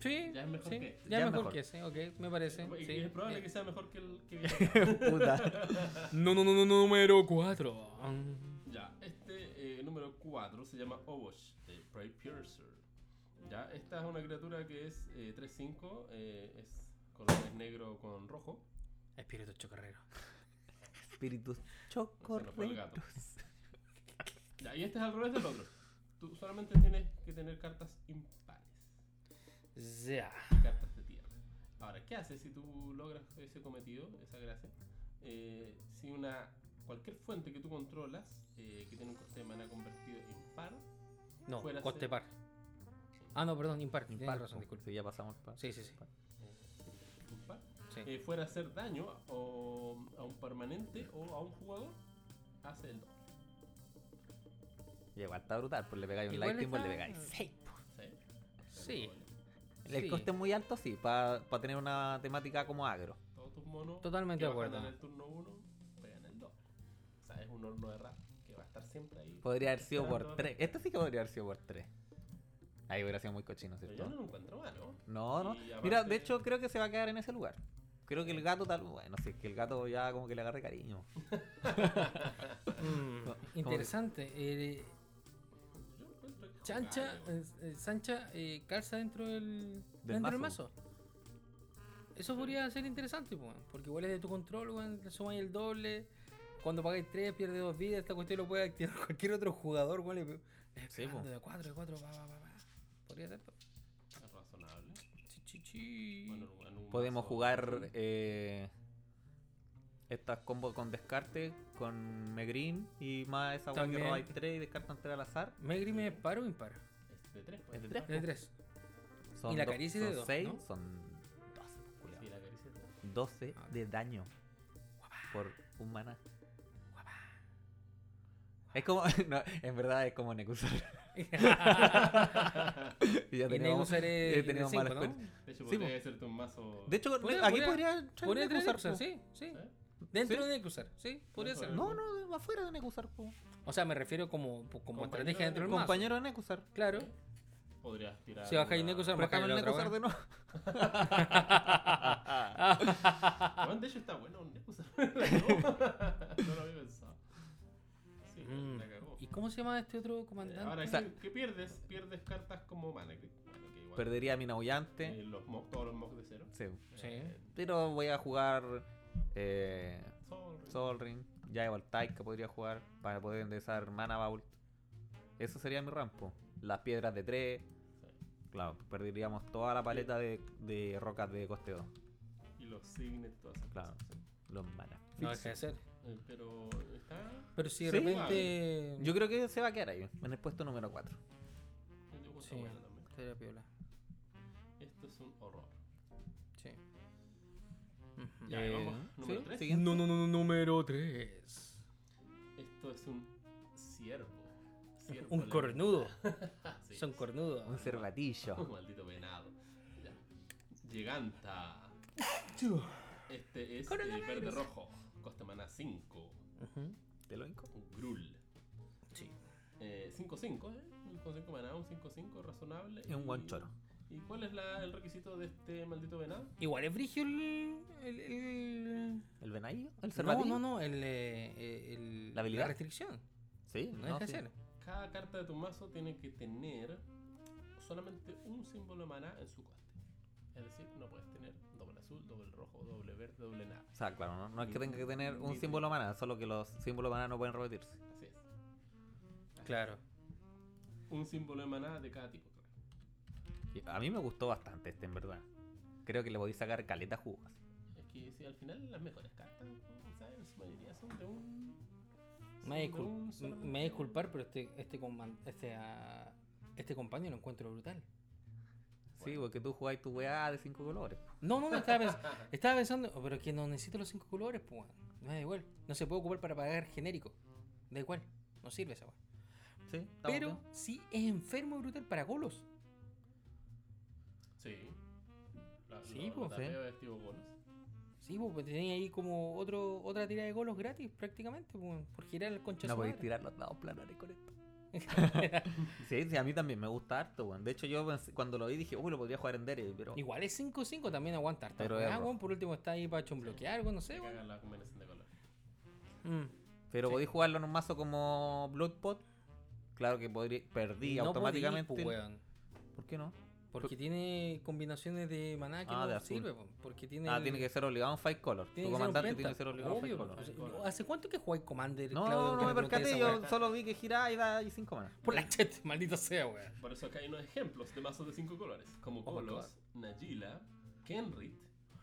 Sí, Ya es mejor sí, que- ya ya es es mejor mejor. que ese, ok, me parece. Y sí. es probable Eh, que sea mejor que el que Puta. No, no, no, no, número 4. Ya, este eh, número 4 se llama Obosh, de Prey Piercer. Ya, esta es una criatura que es eh, 3-5, eh, es color negro con rojo. Espíritu chocarrero. Espíritus Se nos fue el gato. chocorretos. Ya, y este es al revés del otro. Tú solamente tienes que tener cartas impares, Ya. cartas de tierra. Ahora, ¿qué haces si tú logras ese cometido, esa gracia? Eh, si una cualquier fuente que tú controlas, eh, que tiene un coste de mana convertido impar, No, Fuera coste ser- par. Ah, no, perdón, impar. Tienes Impar, razón, po. disculpe. Sí, ya pasamos el par. Sí, sí, sí. impar sí. eh, fuera a hacer daño o a un permanente o a un jugador, hace el 2. Y igual está brutal, pues le pegáis un Igual lightning, pues le está- pegáis. seis. Sí. El Sí. coste es muy alto, sí, para tener una temática como agro. Todos tus monos Totalmente que de bajan acuerdo. en el turno 1 pegan el 2. O sea, es un horno de rap que va a estar siempre ahí. Podría haber sido Esperando por a- 3. Esto sí que podría haber sido por 3. Ahí hubiera sido muy cochino, Pero yo ¿cierto? no lo encuentro malo. No, no. Y Mira, aparte- de hecho creo que se va a quedar en ese lugar. Creo que el gato tal, bueno, si es que el gato ya como que le agarre cariño. Mm, ¿Cómo que- interesante. Eh, Yo lo encuentro que es Chancha, jugable, eh, eh, Sancha eh, calza dentro del, Del dentro del mazo. mazo. Eso podría ser interesante, pues, weón, porque igual es de tu control, weón, le sumáis el doble. Cuando pagáis 3, pierdes 2 vidas. Esta cuestión lo puede activar cualquier otro jugador, weón. le pe- le Sí, pegando po. de 4, de 4, va, va, va, va. Podría ser. po. Es razonable. Chi, chi, chi. Bueno, en un- en un Podemos mazo- jugar eh, estas combos con descarte, con Megrin y más esa weá que También. robáis 3 y descartan 3 al azar. Megrim es par o impar. Es de pues. 3, Es de tres. De 3. Son Y la dos- caricia es de son dos, 6, ¿no? son 12, pues, culiao. Y la caricia es de 12 Ah. de daño por un maná. Es como, no, en verdad es como Nekusar. Y ya y teníamos, Negusar ya es de teníamos 5, mala ¿no? experiencia. De hecho, Sí, podría po. hacerte un mazo. De hecho, Podría- aquí podría- podría entrar Podría entrar Nekusar, Negusar, po. sí, sí. ¿eh? Dentro ¿Sí? de Necusar, sí, podría ser. No, no, afuera de Nekusar. po. O sea, me refiero como, po- como Compañero estrategia dentro del mazo. Compañero de Nekusar. Claro. Podrías tirar. Si bajáis una- Necusar, Préstame la el otra Nekusar weá. de nuevo. Weón, de hecho está bueno un Necusar. no lo había pensado. Sí, Mm. la cagó. ¿Y cómo se llama este otro Eh, comandante? Ahora, O sea- ¿qué, qué pierdes? Pierdes cartas como mana que- bueno, que igual, Perdería a mi eh, naullante. los mobs, todos los mobs de cero. Sí. Sí. Eh, Pero voy a jugar eh, Sol, Sol Ring, Jaival Tide que podría jugar para poder enderezar Mana Vault. Eso sería mi rampo. Las piedras de 3. Claro, perderíamos toda la paleta de, de rocas de costeo. y los signet, todas esas Claro, cosas. los manas. No deja de ser. Eh, pero está. Pero si de Sí. repente. Yo creo que se va a quedar ahí, en el puesto número 4. yo digo, está Sí. bueno también. Sería piola. Esto es un horror. Sí. Ya, Eh, vamos. Número ¿sí? 3. Siguiente. no, no, número 3. Esto es un ciervo. Ciervo Un le- cornudo. Sí. Son cornudos. Un cervatillo. Maldito venado. Ya. Giganta. Este es eh, verde rojo. Costa maná 5. Ujú. ¿Te lo inco? Un grul. Sí. Eh, 5-5, ¿eh? Un 5 maná, un 5-5 razonable. Es un buen choro. ¿Y cuál es la- el requisito de este maldito venado? Igual es brigio el. el, el- ¿El venadillo? ¿El No, cervatillo? no, no. El, eh, el- ¿La habilidad? restricción. Sí, No, deja de sí. ser. Cada carta de tu mazo tiene que tener solamente un símbolo de maná en su coste. Es decir, no puedes tener doble azul, doble rojo, doble verde, doble nada. O sea, claro, no, no es que tenga que tener Ni- un ni- símbolo maná, solo que los símbolos maná no pueden repetirse. Así es. Claro. Un símbolo de maná de cada tipo. claro. Y A mí me gustó bastante este, en verdad. Creo que le podéis sacar caleta jugas. Es que si al final las mejores cartas, ¿sabes? En su mayoría son de un. Me voy a son de un discul- solamente me voy a un- disculpar, pero este, este, coman- este ah, Este compañero lo encuentro brutal. Sí, porque tú jugáis tu weá de cinco colores. No, no, no, estaba, pens- estaba pensando, oh, pero es que no necesito los cinco colores, pues. weón. Me da igual. No se puede ocupar para pagar genérico. Da igual. No sirve esa weá. Sí, estamos Pero bien. sí es enfermo brutal para golos. Sí. La, Sí, lo- pues, lo sí. tapeo de activo bonus. Sí, pues tenía ahí como otro, otra tira de golos gratis prácticamente, pues, weón, por girar el concha No su madre. podéis tirar los dados planares con esto. sí, sí, a mí también me gusta harto, weón. De hecho, yo pensé- cuando lo vi dije, uy, lo podría jugar en Dere, pero. Igual es 5-5, también aguanta harta Pero weá, es rojo. weón, por último está ahí para chombloquear, weón, no sé, Me weón. cagan la combinación de colores. Mm. Pero Sí. podéis jugarlo en un mazo como Bloodpot. Claro que podría, perdí No podí, automáticamente. pues, weón, ¿Por qué no? Porque tiene combinaciones de maná que Pues Ah, de no azul. sirve, weón, porque tiene Ah, el- tiene que ser obligado en Fight Color. tu Tiene que ser un comandante penta, tiene que ser obligado en Five obvio, Color. pues, Fight Color. o sea, ¿Hace cuánto que jugáis Commander? No, Claudio? no, Que me pregunté percaté, esa yo weá. solo vi que giraba y da 5 manas. Por la chat, maldita sea, weón. Por eso acá hay unos ejemplos de mazos de cinco colores, como Oh my God. Golos, Nagila, Kenrit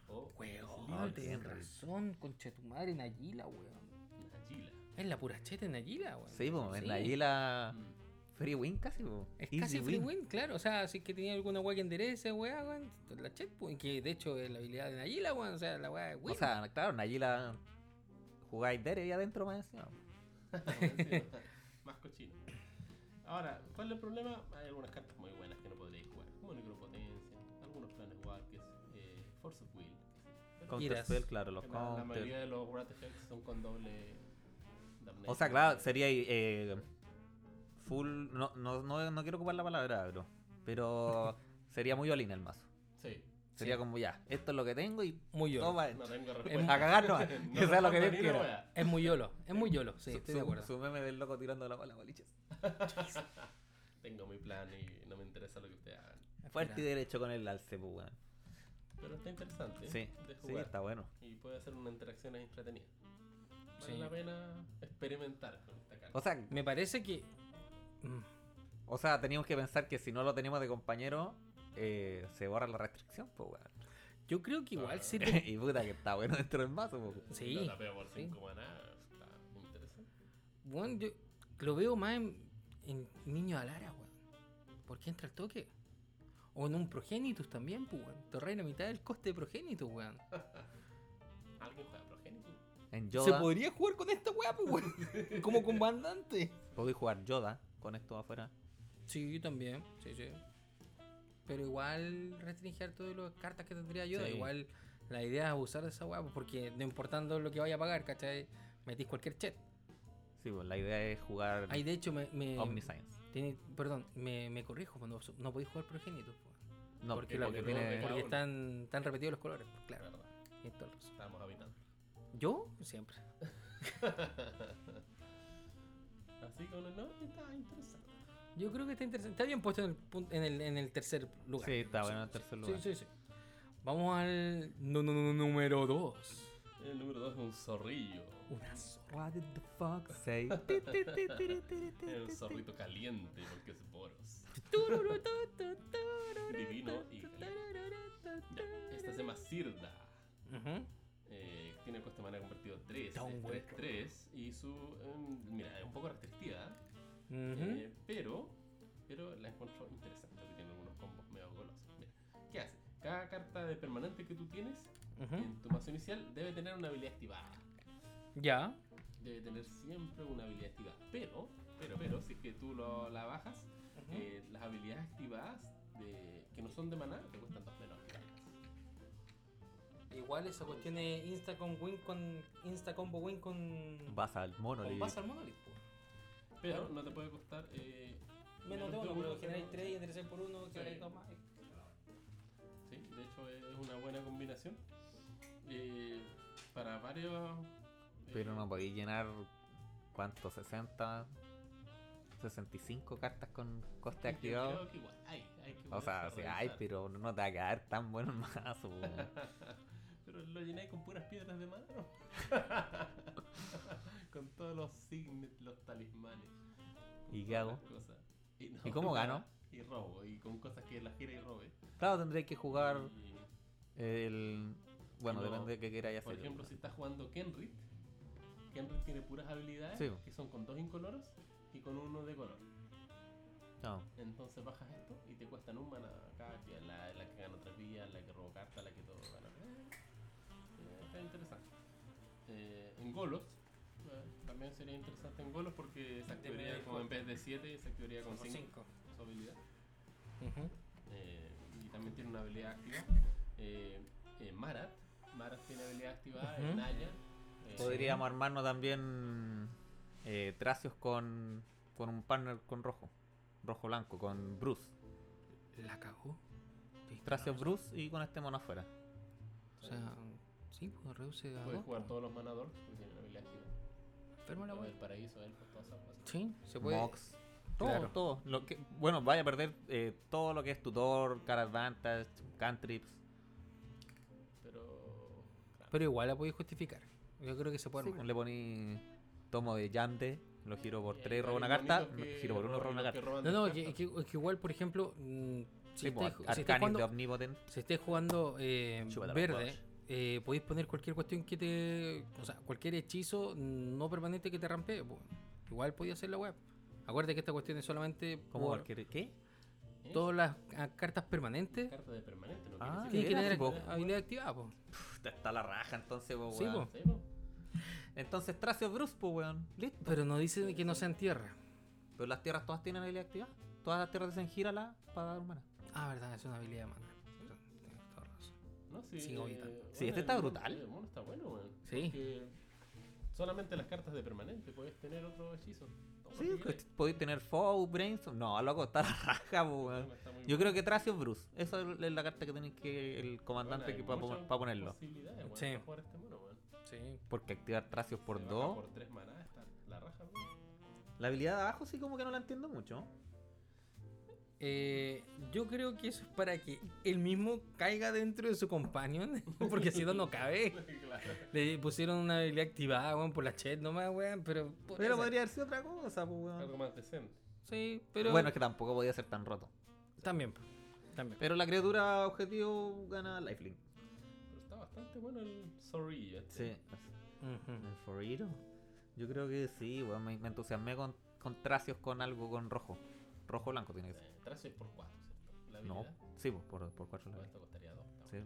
o Weón, tienes tienes razón. razón, concha de tu madre, Nayila, weón. Nagila. Es la pura cheta Nayila, weón. Sí, pues, en la Sí. isla Mm. Free Win casi, pues. Es Easy casi free win, claro. O sea, si es que tenía alguna weá que enderece, weá, weón. La chat, weón, que de hecho es la habilidad de Nayila, weón. O sea, la weá es win. O sea, claro, en la isla jugáis Dere y adentro más encima. más cochino. Ahora, ¿cuál es el problema? Hay algunas cartas muy buenas que no podréis jugar, como Necropotencia, algunos planes walkers, eh, Force of Will. qué sé yo. Pero Counter Iras. Spell, claro, los que la, la mayoría counters. de los Wrath Effects son con doble damnation. O sea, claro, sería eh, full. No, no, no, no quiero ocupar la palabra, bro. Pero sería muy olina el mazo. Sí, Sería como ya, esto es lo que tengo y Muy yolo. toma. no tengo Es- respuesta. A cagar nomás. No que sea lo que respondo Dios ni una quiera. wea. Es muy yolo, es muy yolo, sí, Su- estoy de su- acuerdo. Su meme del loco tirando la bola, boliches. Tengo mi plan y no me interesa lo que ustedes hagan. Fuerte y Espera. derecho con el alce, pues, weón. Pero está interesante Sí, de sí, jugar está bueno. y puede hacer una interacción entretenida. Vale Sí. la pena experimentar con esta carta. O sea, Me parece que. Mm. o sea, teníamos que pensar que si no lo tenemos de compañero, eh, se borra la restricción, pues, weón. Yo creo que igual Ah. sirve. y puta que está bueno dentro del mazo, pues. weón. Sí, Lo tapeo por sí. 5 maná. Está interesante. Bueno, yo lo veo más en, en Niño Alara, weón. Porque entra el toque. O en un Progenitus también, pues, weón. Te reina mitad del coste de Progenitus, weón. ¿Alguien juega Progenitus? En Se pues. Yoda, podría jugar con esta weá, pues, weón. Como comandante. podéis jugar Yoda con esto afuera. Sí, también. Sí, sí. Pero igual restringir todas las cartas que tendría yo. Sí. Igual la idea es abusar de esa weá, pues, porque no importando lo que vaya a pagar, ¿cachai? Metís cualquier chat. Sí, pues la idea es jugar Ahí de hecho me. me Omniscience. tiene- perdón, me, me corrijo, pues, no, no podéis jugar progenitus, pues. No, porque, porque la- tiene. Cada Porque uno. están, están repetidos los colores, pues, claro. Verdad, tienes toda la razón. estábamos habitando. Yo siempre. Así que bueno, no, está interesante. Yo creo que está interesante. Está bien puesto en el, pun- en el, en el tercer lugar. Sí, está bueno en el tercer lugar. Sí, sí, sí. Vamos al nu- nu- nu- número 2. El número 2 es un zorrillo. Una zorra. What did the fuck say? Ti, ti, ti, ti, ti, ti, ti, Es un ti. zorrito caliente porque es Boros. Tururu, tu, tu, tu, Divino y tu, caliente. tararara, tu, tu. Ya, esta se llama Sirda. Ujú. Eh, tiene coste de mana convertido 3, Downward 3, 3 y su... em, mira, es un poco restrictiva, Ujú. eh, pero, pero la encuentro interesante porque tiene algunos combos medio golosos. Mira, ¿Qué hace? Cada carta de permanente que tú tienes Ujú. en tu mazo inicial debe tener una habilidad activada. Ya. Debe tener siempre una habilidad activada. Pero, pero, pero, si es que tú lo- la bajas, eh, las habilidades activadas de, que no son de maná te cuestan dos menos. activarlas. Igual esa cuestión es Insta con win con Insta combo win con Vas al mono, con Lee. Baza al monolith. po. Pero no te puede costar eh, Menos de uno, uno, pero menos generáis uno. 3 y enderezáis por 1, generáis Sí. 2 más. Sí, de hecho es una buena combinación. Eh, para varios. eh, Pero no podéis llenar. ¿Cuánto? ¿60? ¿65 cartas con coste yo activado? creo que igual hay, hay que O ponerse sea, a sí, ay, revisar. pero no te va a quedar tan bueno el mazo, weón. Pero lo llenáis con puras piedras de mano. con todos los signet, los talismanes. con ¿Y qué todas hago? las cosas. Y, no, ¿Y cómo gano? Y robo, y con cosas que las gira y robe. Claro, tendréis que jugar Y, el. Bueno, No, depende de qué queráis hacer. por ejemplo, si estás jugando Kenrit, Kenrit tiene puras habilidades Sí. que son con dos incoloros y con uno de color. No. Entonces bajas esto y te cuestan un mana cada actividad, la, la que gana tres vías, la que robó carta, la que todo gana. Eh, está interesante. Eh, en Golos, eh, también sería interesante en Golos porque se activaría medio como en coste. vez de 7, se activaría con Con 5 cinco. su habilidad. Eh, y también tiene una habilidad activa. Eh, eh, Marat. Marat tiene habilidad activada, Ujú. Naya. Eh, Podríamos armarnos también eh, tracios con, con un partner con rojo. Rojo blanco, con Bruce. La cagó. Tracios Bruce y con este mono afuera. O sea, sí, pues reduce a Puedes dos, jugar pues. todos los manadores porque tienen habilidad activa. Enferma la Todo wea. el paraíso, elfos, todas esas cosas. Sí, se puede. Mox. Todo, Claro. todo. Lo que, bueno, vaya a perder eh, todo lo que es tutor, car advantage, cantrips. Pero. claro, Pero igual la podéis justificar. Yo creo que se puede. Sí, armar. le poní tomo de Yande, lo giro por y hay 3, robo una también carta, bonitos Eh, que giro por 1, robo roban- una los que carta. roban No, no, dos que, cartas. que- que igual, por ejemplo, mm, si pues. Sí, pues, estáis Ar- ju- si estáis Arcanic de jugando, Omnipotent. si estáis jugando eh, Chúpala, verde, Bosch. eh, podéis poner cualquier cuestión que te. O sea, cualquier hechizo no permanente que te rampee. pues, igual podía hacer la web. Acuérdate que esta cuestión es solamente Como por cualquier. ¿Qué? ¿Eh? todas las ah, cartas permanentes. Carta de permanente, no Ah, Tiene quiere que Era, tener po. ac- habilidad activada, po. Puta, está la raja entonces, po, Sí, weón. po. Sí, po. Entonces Tracio Bruce, pues, weón. Listo. pero no dice que no sean tierra. Pero las tierras todas tienen habilidad activa. Todas las tierras dicen gírala para dar humana. Ah, verdad, es una habilidad de mana. Perdón, tengo toda razón. No, sí. eh, Sí, ahorita. Sí, este está el mono- brutal. El mono está bueno, weón. Sí. Porque solamente las cartas de permanente puedes tener otro hechizo. Todo lo Sí, pues, que quieras. podéis tener Foe, Brainstorm. No, loco, está la raja, po, weón. Está muy Yo bueno. creo que Tracio Bruce. Esa es la carta que tenéis que. El comandante Bueno, que hay para muchas ponerlo. posibilidades, weón, Sí. para jugar este mono, weón. Sí. Porque activar Tracios por Se baja 2. Por tres maná está la raja, weón. La habilidad de abajo sí como que no la entiendo mucho. Eh, yo creo que eso es para que él mismo caiga dentro de su companion, porque si no, no cabe. claro. Le pusieron una habilidad activada, weón, por la chat nomás, weón, pero... podría Pero ser. podría haber sido otra cosa, pues, weón. Algo más decente. Sí, pero... Bueno, es que tampoco podía ser tan roto. También, po, también. Pero la criatura objetivo gana lifelink. Pero está bastante bueno el Zorrillo este. Sí. Ujú. ¿El Foriro? Yo creo que sí, weón. Me, me entusiasmé con, con tracios con algo con rojo. Rojo blanco tiene que ser. Eh, Tracio es por 4, ¿cierto? La No, habilidad. sí, pues, por, por cuatro la Bueno, vida. esto costaría 2. Sí.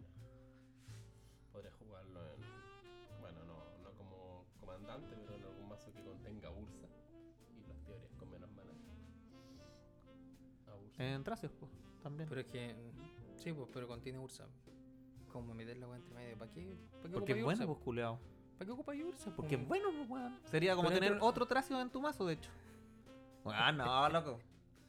Podrías jugarlo en. Bueno, no, no como comandante, pero en algún mazo que contenga Ursa. Y las teorías con menos mana. A Ursa. En tracios, pues, también. Pero es que... Sí, pues, pero contiene Ursa. Como meter la weá entre medio, ¿para qué? ¿Para qué porque es ocupáis bueno, Ursa? pues, culeado. ¿Para qué ocupáis Ursa? Porque es Mm. po? bueno, pues, weón. Sería como Pero tener dentro- otro tracio en tu mazo, de hecho. Ah, no, loco.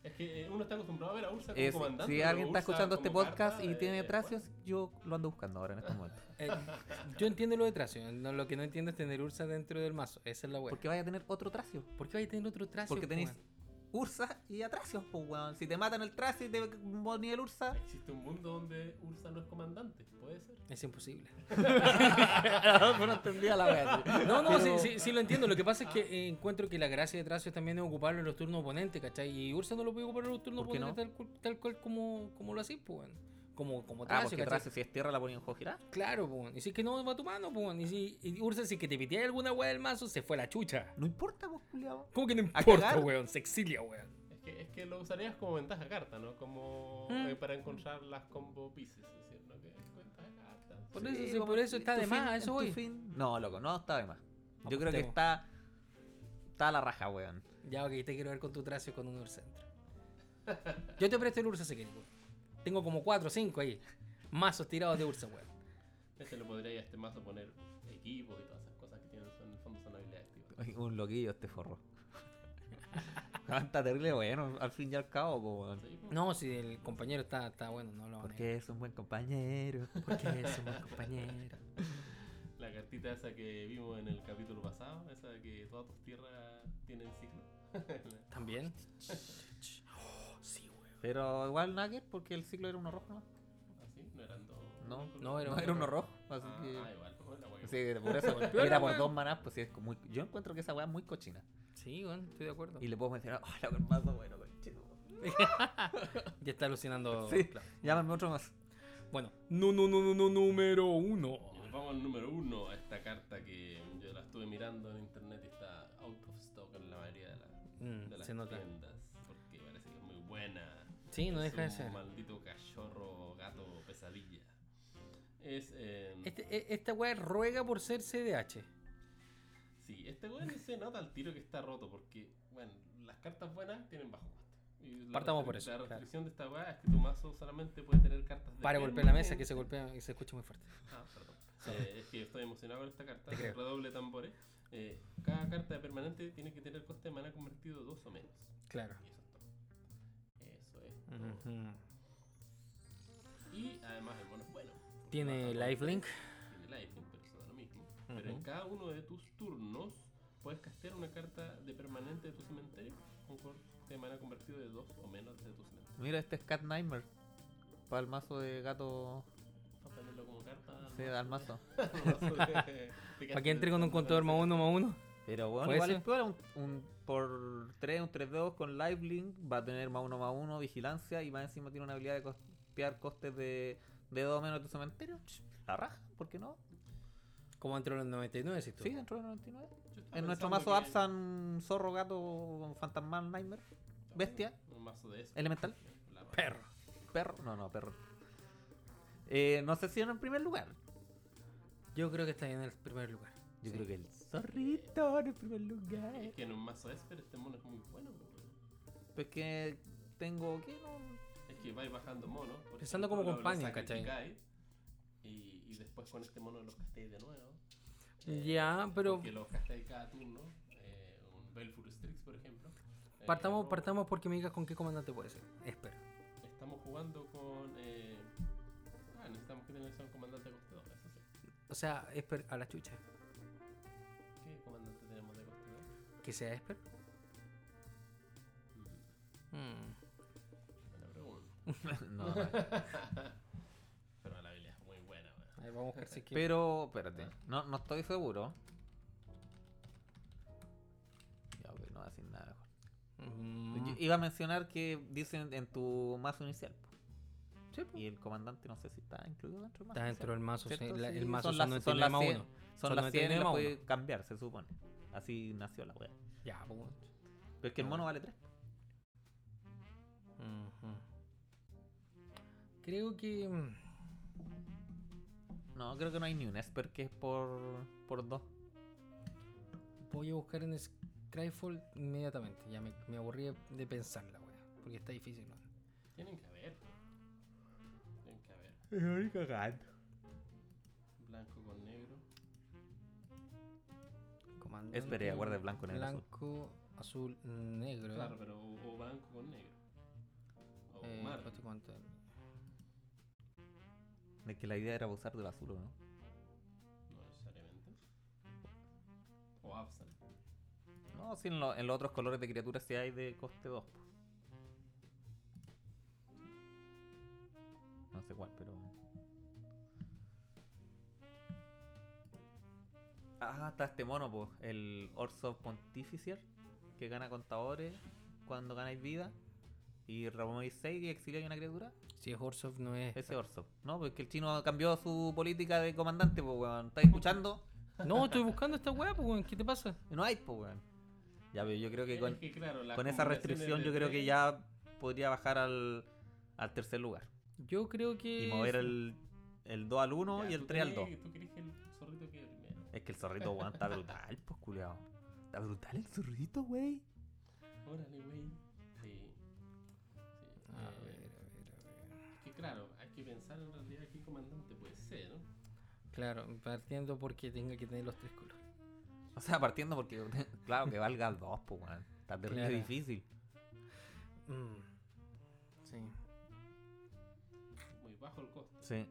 Es que eh, uno está acostumbrado a ver a Ursa como Eh, si- comandante. si pero alguien está Ursa escuchando este como podcast carta, Ah, y eh, tiene bueno. tracios, yo lo ando buscando ahora en este momento. Eh, yo entiendo lo de tracio. no- lo que no entiendo es tener Ursa dentro del mazo. Esa es la weá. Porque vaya a tener otro tracio. ¿Por qué vais a tener otro tracio? Porque po, tenéis pues, weón? Ursa y atracios, pues, weón. Si te matan el tracio y te ponen el Ursa, Existe un mundo donde Ursa no es comandante, puede ser. Es imposible. Adolfo no entendía la wea. tío. No, no, Pero- sí, sí, sí lo entiendo. Lo que pasa es que eh, encuentro que la gracia de Tracio también es ocuparlo en los turnos oponentes, ¿cachai? Y Ursa no lo puede ocupar en los turnos ¿Por qué no? oponentes tal, cual- tal cual como, como lo hacís, pues, weón. Como, como Ah, Tracio, porque ¿cachai? Tracio, si es tierra, la ponía en juego girar. Claro, pues. weón. Y si es que no va tu mano, pues. weón. Y si y Ursa, si es que te piteáis alguna weá del mazo, se fue a la chucha. No importa, pues, vos, culiao. ¿Cómo que no A importa, cagar. weón? Se exilia, weón. Es que, es que lo usarías como ventaja carta, ¿no? Como Mm. eh, para encontrar las combo pieces, es decir, ¿no? Que es ventaja carta. Por eso, sí, por eso está de más, a eso voy. No, loco, no está de más. Yo creo que Apostemos. está. Está a la raja, weón. Ya, ok, te quiero ver con tu tracio con un Urcentro. Yo te presto el Ursa si quieres, weón. Tengo como 4 o 5 ahí. Mazos tirados de Ursa, weón. Este lo podría a este mazo poner equipos y todas esas cosas que tienen, son, en el fondo son habilidades activas. Ay, Un loquillo este forro. Weón, está terrible, bueno, al fin y al cabo, po, weón. Sí, pues. No, si el compañero está, está bueno, no lo van a Porque es un buen compañero. Porque es un buen compañero. La cartita esa que vimos en el capítulo pasado, esa de que todas tus tierras tienen ciclo. ¿También? Oh, sí, weón. Pero igual Nugget, porque el ciclo era uno rojo, ¿no? ¿Así? ¿No eran dos? No, no, era No, era uno rojo. Ah, Así que. ah, igual. pues, la wea. Sí, por eso. peor, Era por weón. dos manás, pues sí, es muy... yo encuentro que esa weá es muy cochina. Sí, weón, estoy de acuerdo. Y le puedo mencionar, oh, loco, el mazo bueno, conchito. Ya está alucinando. Sí. claro. Llámame otro más. Bueno, no, no, no, no, no, número uno. Nos Vamos al número uno, a esta carta que yo la estuve mirando en internet y está out of stock en la mayoría de las Mm, de las se nota. tiendas porque parece que es muy buena. buena. Sí, no Es deja de un ser. Maldito cachorro, gato, pesadilla. Es. eh, Este- e- esta weá ruega por ser CDH. Sí, este weón se nota al tiro que está roto porque, bueno, las cartas buenas tienen bajo coste. Y la Partamos por restri- eso, La claro. restricción de esta weá es que tu mazo solamente puede tener cartas de. Para piel golpear la mesa que potente. se golpea y se escucha muy fuerte. Ah, perdón. Eh, es que estoy emocionado con esta carta. Te creo. Redoble tambores. Eh, cada carta de permanente tiene que tener coste de mana convertido dos o menos. Claro. Y eso es todo. Eso es todo. Y además el mono es bueno. porque Tiene baja lifelink. Tiene lifelink, pero eso da lo mismo. Ujú. Pero en cada uno de tus turnos puedes castear una carta de permanente de tu cementerio con coste de mana convertido de dos o menos de tu cementerio. Mira, este es Cat Nightmare. Para el mazo de gato. Para ponerlo como carta. al Se da al mazo. mazo de- de Para que entre con un contador más uno más uno. Pero bueno, ¿Puede igual ser? es peor. Un, un por 3, un 3-2 con Livelink. Va a tener más 1 más 1, vigilancia. Y más encima tiene una habilidad de costear costes de, de 2 menos de tu cementerio. Ch, La raja, ¿por qué no? Como entre los 99, si tú. Sí, dentro de 99. Yo estaba En nuestro mazo pensando Absan, que- Zorro, Gato, Fantasmal, Nightmare, Bestia, Un mazo de eso. Elemental, La raja. Perro. Perro. No, no, perro. Eh, no sé si en primer lugar. Yo creo que está en el primer lugar. Yo Sí. creo que el zorrito en el primer lugar. Es que en un mazo de Esper este mono es muy bueno. weón. Pues que tengo que no. Es que vais bajando mono. por Pensando ejemplo, como lo- lo companion, saca el ¿cachai? Kikai, Y, y después con este mono los castéis de nuevo. Eh, Ya, pero Porque los castáis cada turno. eh, un Belfur Strix, por ejemplo. eh, partamos, robo. partamos porque me digas con qué comandante puede ser. Espera. Estamos jugando con. eh, Ah, necesitamos que tengas un comandante de coste 2. Eso sí. O sea, Esper a la chucha. ¿Qué comandante tenemos de coste 2? Que sea Esper. Mm. Buena pregunta. no. Pero la habilidad es muy buena, weón. Ahí vamos a ver si es que- Pero, Ah. espérate. No, no estoy seguro. Ya, ok, no va a decir nada. Juan. Mm. Yo Iba a mencionar que dicen en tu mazo inicial. po. Y el comandante no sé si está incluido dentro del mazo. Está dentro del mazo. sí, ¿Cierto? la- Sí, el mazo son son, las- no son tiene las más cien- uno. Son Son las 100 y 99 la más puede uno. cambiar, se supone. Así nació la wea. Ya, pues. Pero es que el mono vale 3. Ujú. Creo que. mm, No, creo que no hay ni un Esper que es por, por 2. Voy a buscar en Skyfall inmediatamente. Ya me, me aburrí de- de pensar la wea. Porque está difícil. ¿no? Tienen que haber. Tienen que haber. Blanco con negro. Comandante, Esper, eh, guarda el blanco, negro, azul. Blanco, azul, negro. Claro, pero o, o blanco con negro. O Eh, mar. espérate, ¿cuánto es? De que la idea era usar del azul, ¿o ¿no? No necesariamente. O Absan. No, sí, en, lo- en los otros colores de criaturas sí hay de coste 2. po. No sé cuál, pero. Ah, está este mono, pues. El Orso Pontificier. Que gana contadores cuando ganáis vida. Y removéis 6 y exiliáis una criatura. Si es Orsov, no es. Ese Orso. No, porque el chino cambió su política de comandante, pues, weón. ¿Estáis escuchando? No, estoy buscando esta wea, pues, weón, ¿Qué te pasa? No hay, pues, weón. Ya, pero yo creo que con, Es que, claro, las con esa combinaciones restricción de yo creo que tres- ya podría bajar al, al tercer lugar. Yo creo que. Y mover el, el 2 al 1 Ya, y el tú 3 al 2. crees- ¿Tú crees que el zorrito quede primero? Es que el zorrito, weón, está brutal, pues, culiao. Está brutal el zorrito, güey. Órale, güey. Sí. Sí. A ver, eh, a ver, a ver. es que claro, hay que pensar en realidad qué comandante puede ser, ¿no? Claro, partiendo porque tenga que tener los tres colores. O sea, partiendo porque, claro, que valga el 2, pues, weón. Está terrible Claro. difícil. Mm. Sí. Muy bajo el costo. Sí.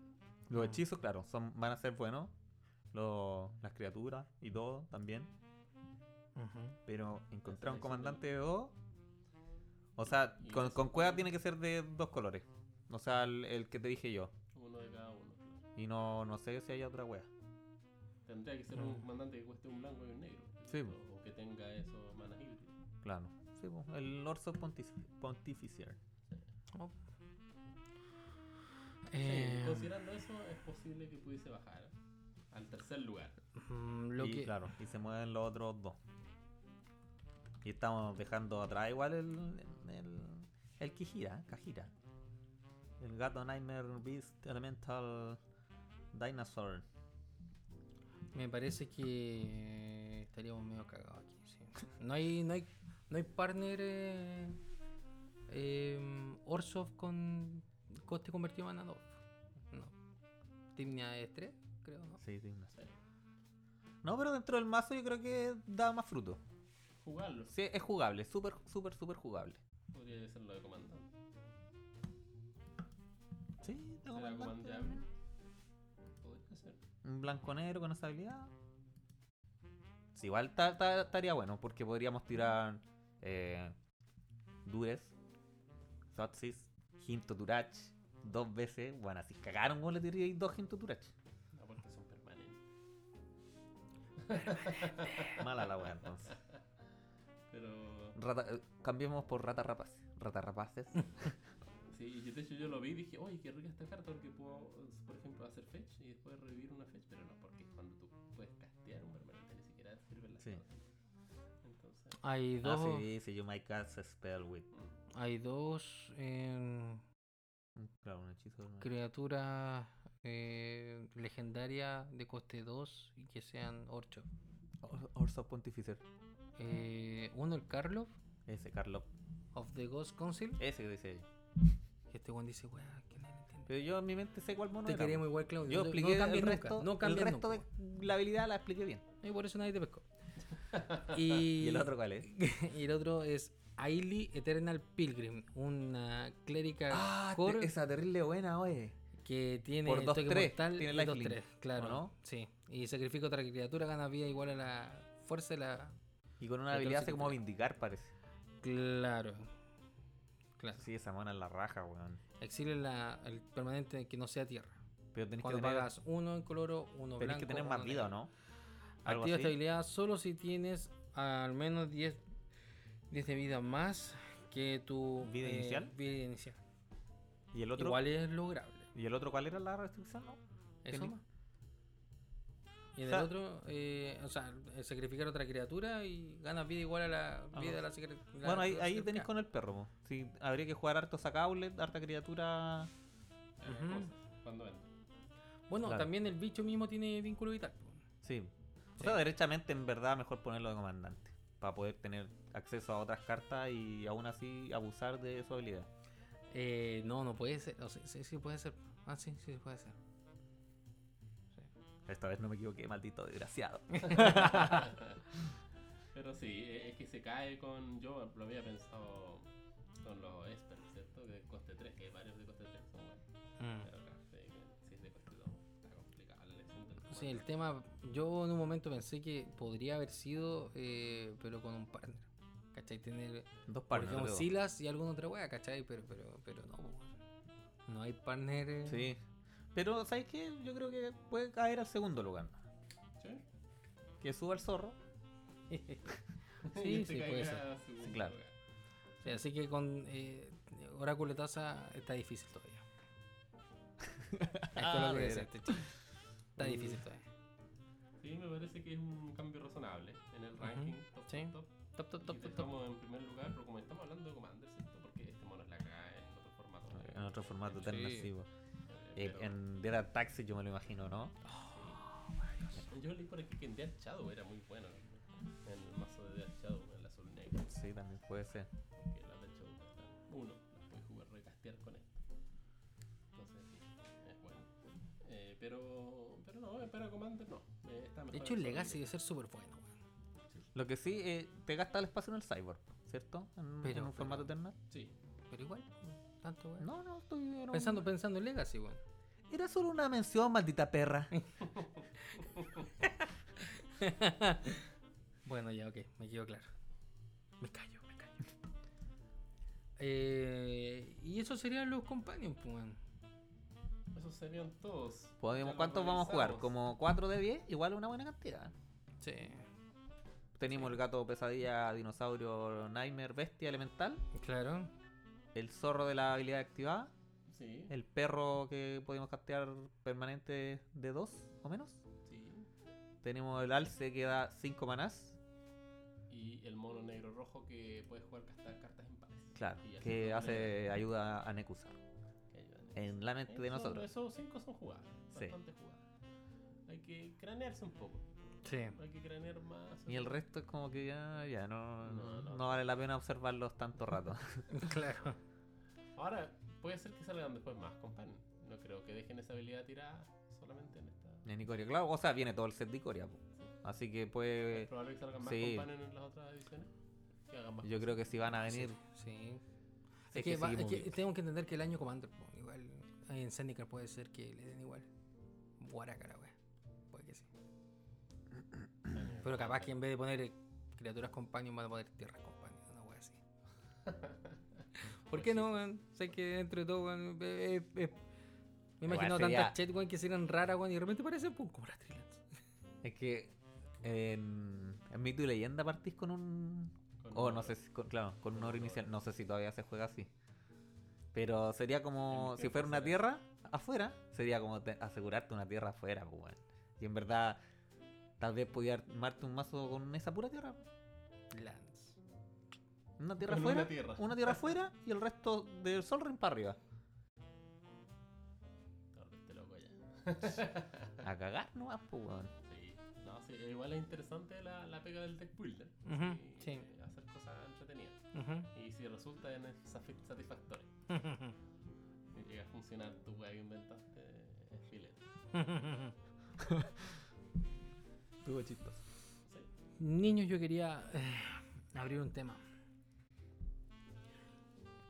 Los Mm. hechizos, claro, son, van a ser buenos. Los- las criaturas y todo también. Pero encontrar un diciendo- comandante de dos. O sea, Y con, eso con es cueva bueno. tiene que ser de dos colores. O sea, el, el que te dije yo. Uno de cada uno. claro. Y no, no sé si hay otra wea. Tendría que ser Ah. un comandante que cueste un blanco y un negro. Sí, O, o que tenga esos manas híbridos. Claro. Sí, po, el Orso Pontici- Pontificier. Eh. Sí, considerando eso, es posible que pudiese bajar al tercer lugar. mm, lo y, que, Claro, y se mueven los otros dos. Y estamos dejando atrás igual el, el, El Kijira, Kajira. El gato Nightmare Beast Elemental Dinosaur. Me parece que estaríamos medio cagados aquí. sí. No hay, no hay, no hay partner eh, eh, Orsov con coste convertido en Anadov. No. Timnia es 3, creo, ¿no? Sí, tiene una serie. No, pero dentro del mazo yo creo que da más fruto. Jugarlo. Sí, es jugable, súper, súper, súper jugable. Podría ser lo de comandante. Sí, tengo Era comandante comandable. también. Podría ser. Un blanco negro con esa habilidad. Sí, igual ta- ta- estaría bueno, porque podríamos tirar eh, Dures, Sotsis, Hinto Turach dos veces. Bueno, si cagaron, vos le tiréis dos Hinto Turach. La puerta son permanentes. Mala la wea entonces. Pero. Rata- eh, cambiemos por rata rapaces. Rata rapaces. Sí, y yo, de hecho yo lo vi y dije, oye, qué rica esta carta porque puedo, por ejemplo, hacer fetch y después revivir una fetch, pero no, porque cuando tú puedes castear un permanente ni siquiera te sirven las Sí. cartas. Entonces, Hay ah, dos. sí, dice You might cast a spell with. Hay dos eh, Claro, un hechizo. ¿no? criaturas eh, legendarias de coste 2 y que sean Orcho. Or- Orso Pontificer. Eh, uno, el Karlov Ese, Carlos. of the Ghost Council. Ese que dice ella. Y este one dice, weá, que nadie entiende. Pero yo en mi mente sé cuál mono Te era, queremos po. igual, Claudio. Yo no- expliqué no cambies el nunca, resto, no cambies el resto nunca. de la habilidad la expliqué bien. Y por eso nadie te pescó. Y, ¿Y el otro cuál es? y el otro es Ailey Eternal Pilgrim, una clérica Ah, te- core esa terrible buena, oye. que tiene por el dos, toque tres, mortal tiene y lifelink, dos, tres, claro, ¿o no? Sí, y sacrifica otra criatura, gana vida igual a la fuerza de la... Y con una Yo creo habilidad que hace sí como creo. vindicar, parece. Claro. Claro. Sí, esa mona es la raja, weón. Exile la, el permanente que no sea tierra. Pero tenés que Cuando tener, pagas uno en coloro, uno tenés blanco, que tener uno más vida, ¿o negro. ¿no? Algo Activa esta así. habilidad solo si tienes al menos 10, 10 de vida más que tu eh, ¿Vida inicial? vida inicial. ¿Y el otro? Igual es lograble. ¿Y el otro cuál era la restricción, no? Eso Tiene- más. Y en O sea- el otro, eh, o sea, eh, sacrificar otra criatura y ganas vida igual a la Ah, vida no. de la secre- la- bueno, ahí, ahí la sacrificada. tenés con el perro, po. Sí, habría que jugar harto sacable, harta criatura. eh, Ujú. cosas, cuando ven. Bueno, Claro. también el bicho mismo tiene vínculo vital. po. Sí. O sea, derechamente, en verdad, mejor ponerlo de comandante. Para poder tener acceso a otras cartas y aún así abusar de su habilidad. Eh, no, no puede ser. O sea, sí, sí puede ser. Ah, sí, sí, sí puede ser. Esta vez no me equivoqué, maldito desgraciado. Pero sí, eh, es que se cae con. Yo lo había pensado con los experts, ¿cierto? Que coste 3, que varios de coste 3 son buenos. Mm. Pero acá, sí, que si es de coste 2, está complicada la elección del Sí, el comandante. tema, yo en un momento pensé que podría haber sido, eh, pero con un partner. ¿Cachai? Tener, Dos por partners. ejemplo, luego. Silas y alguna otra wea, ¿cachai? Pero, pero, pero no, po. no hay partner. eh. Sí. Pero, ¿sabes qué? Yo creo que puede caer al segundo lugar. ¿Sí? Que suba el zorro. Sí, Y sí, este puede caiga ser. a segundo Sí, claro. lugar. Sí, así que con eh, Oráculo de Taza está difícil todavía. Esto es lo que Ah, decía mira. este chico. Está difícil todavía. Sí, me parece que es un cambio razonable en el ranking top, Sí. top, Top, top, top. top, top, Y top. dejamos en primer lugar, pero como estamos hablando de Commander, ¿cierto? Porque este mono es la cagada en otro formato. ¿no? En otro formato tan Sí. masivo. Eh, Eh, pero- En Dead Attack Taxi, yo me lo imagino, ¿no? Yo leí por aquí que en Death Shadow era muy bueno. En el mazo de Death Shadow, en el azul negro. Sí, también puede ser. Porque la Death Shadow cuesta uno. La puedes jugar recastear con esto. Entonces, sí, es bueno. Eh, pero, pero no, eh, pero Commander no. Eh, está mejor De hecho, el azul Legacy debe negro. ser súper bueno, weón. Lo que sí, eh, te gasta el espacio en el cyborg, ¿cierto? En, Pero- en un formato pero- eternal. Sí, Pero igual, tanto, weón. No, no, estoy era un- Pensando, pensando en Legacy, weón. Era solo una mención, maldita perra. Bueno, ya, ok, me quedó claro. Me callo, me callo. Eh, y eso serían los companions, pues, weón. esos serían todos. Ya Podemos, los ¿Cuántos vamos a jugar? revisamos. Como 4 de 10, igual una buena cantidad. Sí. Tenemos el gato pesadilla, dinosaurio, nightmare, bestia, elemental. Claro. El zorro de la habilidad activada. Sí, El perro que podemos castear permanente de 2 o menos. sí. Tenemos el alce que da 5 manás. Y el mono negro rojo que puede jugar casta- cartas en pares. Claro, Y así que no hace le- ayuda a Nekusa. que ayudan. En la mente de Eso- nosotros. Esos cinco son jugables, Sí. bastante jugables. Hay que cranearse un poco. Sí. Hay que cranear más. Y el resto es como que ya, ya no, No, no. no vale la pena observarlos tanto rato. Claro. Ahora, puede ser que salgan después más con pan. No creo que dejen esa habilidad tirada solamente en esta. en Icoria, claro, o sea, viene todo el set de Icoria. po. Así que Es pues probable que salgan más sí. con pan en las otras ediciones. Que hagan más. yo creo que si van a venir, Sí. es Es que que, va- es seguimos que vivos. tengo que entender que el año Commander, po, igual en Zendikar puede ser que le den igual. Guaraca la wea. Puede que sí. Pero capaz que en vez de poner eh, criaturas companion van a poner tierras companion, una wea así. ¿Por qué no, weón? Sé que dentro de todo, weón, eh, eh, eh, me he Igual imaginado sería- tantas chat, weón, que serían raras, weón, y de repente parecen, pum, como las Trilance. es que en, en Mito y Leyenda partís con un Con o un oh, no oro. sé si con, claro, con un Con oro un inicial, oro. no sé si todavía se juega así. Pero sería En como mi si tiempo fuera una será. tierra afuera, sería como te- asegurarte una tierra afuera, pues, weón. Y en verdad tal vez podía armarte un mazo con esa pura tierra. Lance. Una tierra Con afuera, una tierra. una tierra afuera y el resto del Sol Ring para arriba. Ahora este loco ya. A cagar nomás, pues, weón. Sí. No, sí, igual es interesante la, la pega del deck builder. Ujú, Y, sí. eh, Hacer cosas entretenidas. Y si resulta en el safi- satisfactorio. Si llega a funcionar tu wea que inventaste, es filete. Estuvo chistoso. Sí. Niños, yo quería eh, abrir un tema.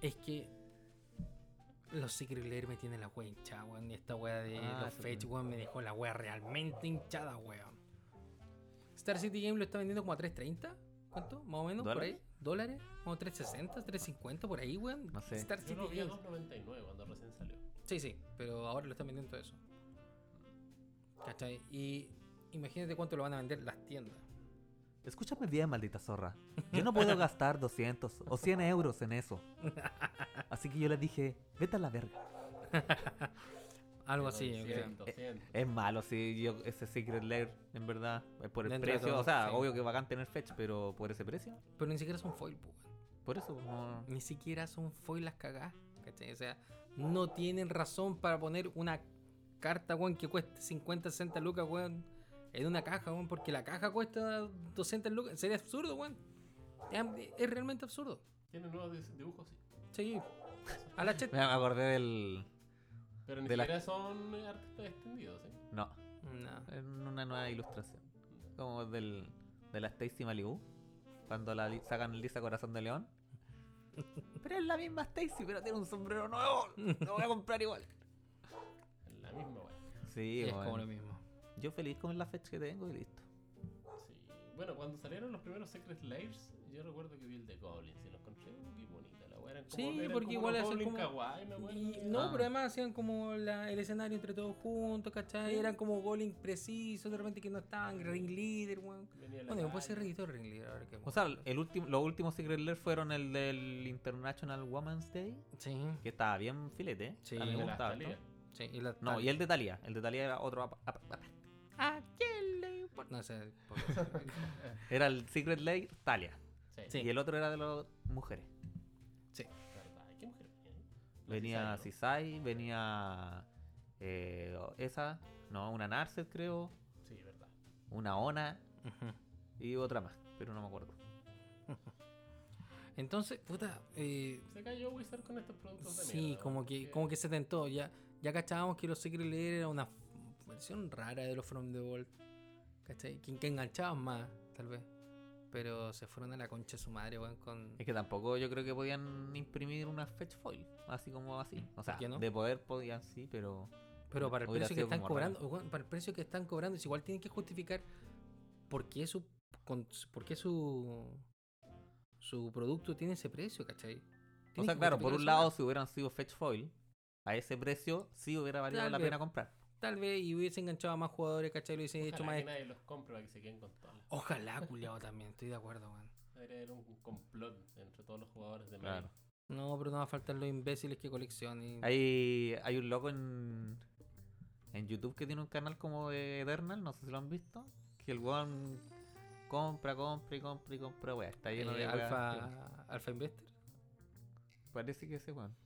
Es que los Secret Lair me tienen la wea hinchada, weón. Y esta wea de Ah, los eso Fetch, también. weón, me dejó la wea realmente hinchada, weón. Star City Game lo está vendiendo como a 3.30. ¿Cuánto? Más o menos, ¿Dólares? por ahí. ¿Dólares? Como 3.60, 3.50, por ahí, weón. No sé. Star Yo City lo vi a Games. 2.99 cuando recién salió. Sí, sí, pero ahora lo están vendiendo todo eso. ¿Cachai? Y imagínate cuánto lo van a vender las tiendas. Escúchame bien, maldita zorra. Yo no puedo gastar 200 o 100 euros en eso. Así que yo le dije, vete a la verga. Algo así, Eh, yo creo. 200, 200. Es malo, sí, yo, ese Secret Lair, en verdad, es por el Dentro de precio. todo, o sea, sí. obvio que bacán tener fetch, pero por ese precio. Pero ni siquiera son foil, po, weón. Por eso, no. Ni siquiera son foil las cagadas, ¿cachai? O sea, no tienen razón para poner una carta, weón, que cueste 50, 60 lucas, weón, en una caja, weón, porque la caja cuesta 200 lucas. Sería absurdo, weón. Es, es realmente absurdo. Tiene nuevos dis- dibujos, sí. Sí. A la chet. Mira, Me acordé del. Pero ni De la- siquiera son eh, artistas extendidos, ¿eh? No, No. en una nueva ilustración. Como del, de la Stacy Malibu. Cuando la li- sacan Lisa Corazón de León. Pero es la misma Stacy, pero tiene un sombrero nuevo. Lo voy a comprar igual. En la misma wea. Sí, Es weón. como lo mismo. Yo feliz con la fecha que tengo y listo. Sí. Bueno, cuando salieron los primeros Secret Layers, yo recuerdo que vi el de Goblins y lo encontré muy bonita. La wea eran como, Sí, eran porque como igual unos hacen Goblin como- kawaii, me acuerdo. Y- no, Ah. pero además hacían como la- el escenario entre todos juntos, ¿cachai? Eran como goling precisos, de repente que no estaban, ringleader, weón. Venía la Bueno, después calle. se reeditó el ringleader, ahora que... O sea, el último, los últimos Secret Lair fueron el del International Women's Day, Sí, que estaba bien filete, ¿eh? Sí. a mí De me Me las gustaba. talías. harto. sí, y la... No, y el de Thalía, el de Thalía era otro apa- apa- apa- ¿A quién le importa? pues, No sé, por- Era el Secret Lair Thalia. Sí, Sí. Y el otro era de las mujeres. verdad. ¿Qué mujer venía? ahí? La Venía Cisai, Sisai, venía eh, esa, no, una Narset creo, ¿no? Sí, verdad. una Ona Ujú. y otra más, pero no me acuerdo. Entonces, puta, eh, Se cayó Wizard con estos productos de sí, mierda, como ¿no? que, como que se tentó. Ya, ya cachábamos que los Secret Lair era una f- versión rara de los From the Vault. ¿Cachai? Que, que enganchaban más, tal vez. Pero se fueron a la concha de su madre, weón, con... Es que tampoco yo creo que podían imprimir una fetch foil, así como así. O sea, Mm, qué no? de poder podían sí, pero Pero para el Hubiera precio que sido están como raro. cobrando, weón, para el precio que están cobrando, es igual tienen que justificar por qué su con- por qué su su producto tiene ese precio, ¿cachai? O Tienen sea, que claro, por justificar un esa lado, weá. si hubieran sido Fetch Foil, a ese precio sí hubiera valido Tal la vez. pena comprar. tal vez y hubiese enganchado a más jugadores, ¿cachai? Lo hubiesen Ojalá hecho más. que nadie los compre para que se queden con todas las... Ojalá, culiao, también, estoy de acuerdo, weón. Debería haber un complot entre todos los jugadores de Claro. Magic. No, pero no va a faltar los imbéciles que coleccionen. Hay, hay un loco en, en YouTube que tiene un canal como de Eternal, no sé si lo han visto, que el weón compra, compra y compra y compra, weá. Está Eh, lleno de weá. Alfa, Alfa Investor. Parece que ese weón.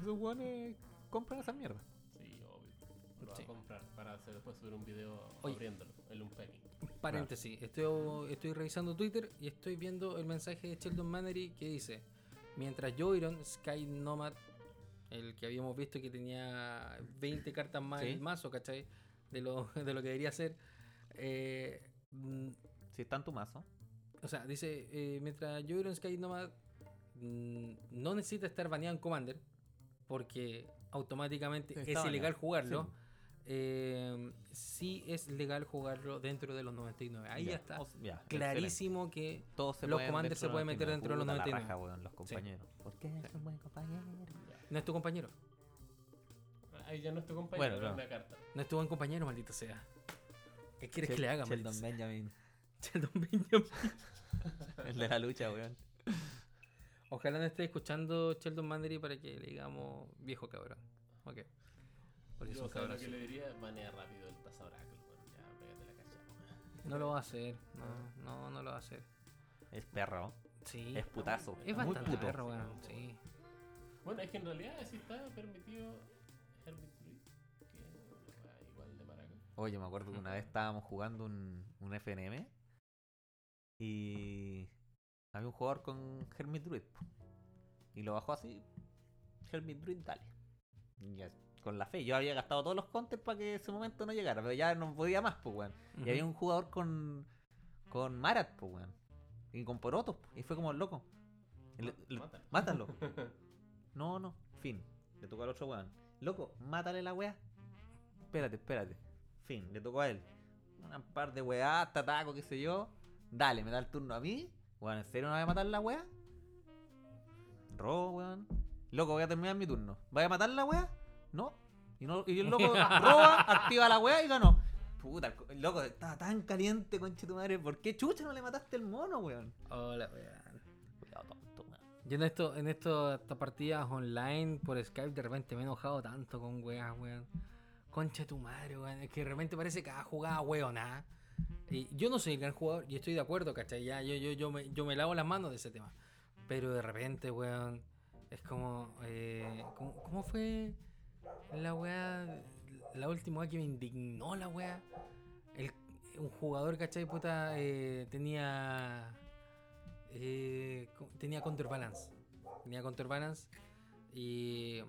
Esos weones compran esa mierda. Sí, obvio. Lo va Sí. a comprar para hacer después subir un video Oye. abriéndolo, el unpacking. Paréntesis, estoy, estoy revisando Twitter y estoy viendo el mensaje de Sheldon Mannery que dice: Mientras Joiron, Sky Nomad, el que habíamos visto que tenía 20 cartas más Sí. en el mazo, ¿cachai? De lo, de lo que debería ser. eh, mm, Si está en tu mazo. o sea, dice: eh, Mientras Joiron, Sky Nomad mm, no necesita estar baneado en Commander, porque automáticamente Está es baneado. ilegal jugarlo. Sí. eh, sí es legal jugarlo dentro de los 99. Ahí ya, está. o sea, ya, excelente. clarísimo que Todos se Los pueden commanders se pueden meter dentro de los Puta 99. La raja, weón, los compañeros. ¿Por qué son buenos compañeros? no es tu compañero. Ahí ya no es tu compañero, Bueno, claro. es una carta. No es tu buen compañero, maldita sea. ¿Qué quieres que le haga, maldita Sheldon sea? Benjamin. Sheldon Benjamin. El de la lucha, weón. Ojalá no esté escuchando Sheldon Mandery para que le digamos viejo cabrón. Ok. Porque es Yo, un o sea, lo cabrón. que le diría, banea rápido el Taza Oracle, weón. Ya, pégate la cachada. No lo va a hacer. No, no, no lo va a hacer. Es perro. Sí. Es putazo. Es muy bastante puto. perro, weón. Sí. Bueno, es que en realidad sí está permitido Hermit Druid, que es una weá igual de maraca. Oye, me acuerdo que una vez estábamos jugando un, un FNM y había un jugador con Hermit Druid. po. Y lo bajó así, Hermit Druid, dale. Y ya, con la fe, yo había gastado todos los counters para que ese momento no llegara, pero ya no podía más, pues, weón. Y había un jugador con, con Marat, pues, weón. Y con Porotos, po, y fue como loco. Y le- le- Mátalo. mátalo. No, no, fin. Le tocó al otro weón. Loco, mátale la weá. Espérate, espérate. Fin, le tocó a él. Un par de weá, tataco, qué sé yo. Dale, me da el turno a mí. Weón, ¿en serio no voy a matar la weá? Robo, weón. Loco, voy a terminar mi turno. ¿Voy a matar la weá? No. Y, no, y el loco roba, activa la weá y ganó. Puta, el co- el loco estaba tan caliente, conche tu madre. ¿Por qué chucha no le mataste el mono, weón? Hola, weón. Cuidado, tonto, weón. Yo en esto, en esto, estas partidas online por Skype, de repente me he enojado tanto con weas, weón. Concha de tu madre, weón. Es que de repente parece que cada jugada weonada. Y yo no soy el gran jugador, y estoy de acuerdo, ¿cachai? Ya, yo, yo, yo, me, yo me lavo las manos de ese tema. Pero de repente, weón, es como. eh, ¿cómo, cómo fue la wea? La última wea que me indignó la wea. El- un jugador, ¿cachai? Puta, eh, tenía. eh, co- tenía counterbalance. Tenía counterbalance. Y.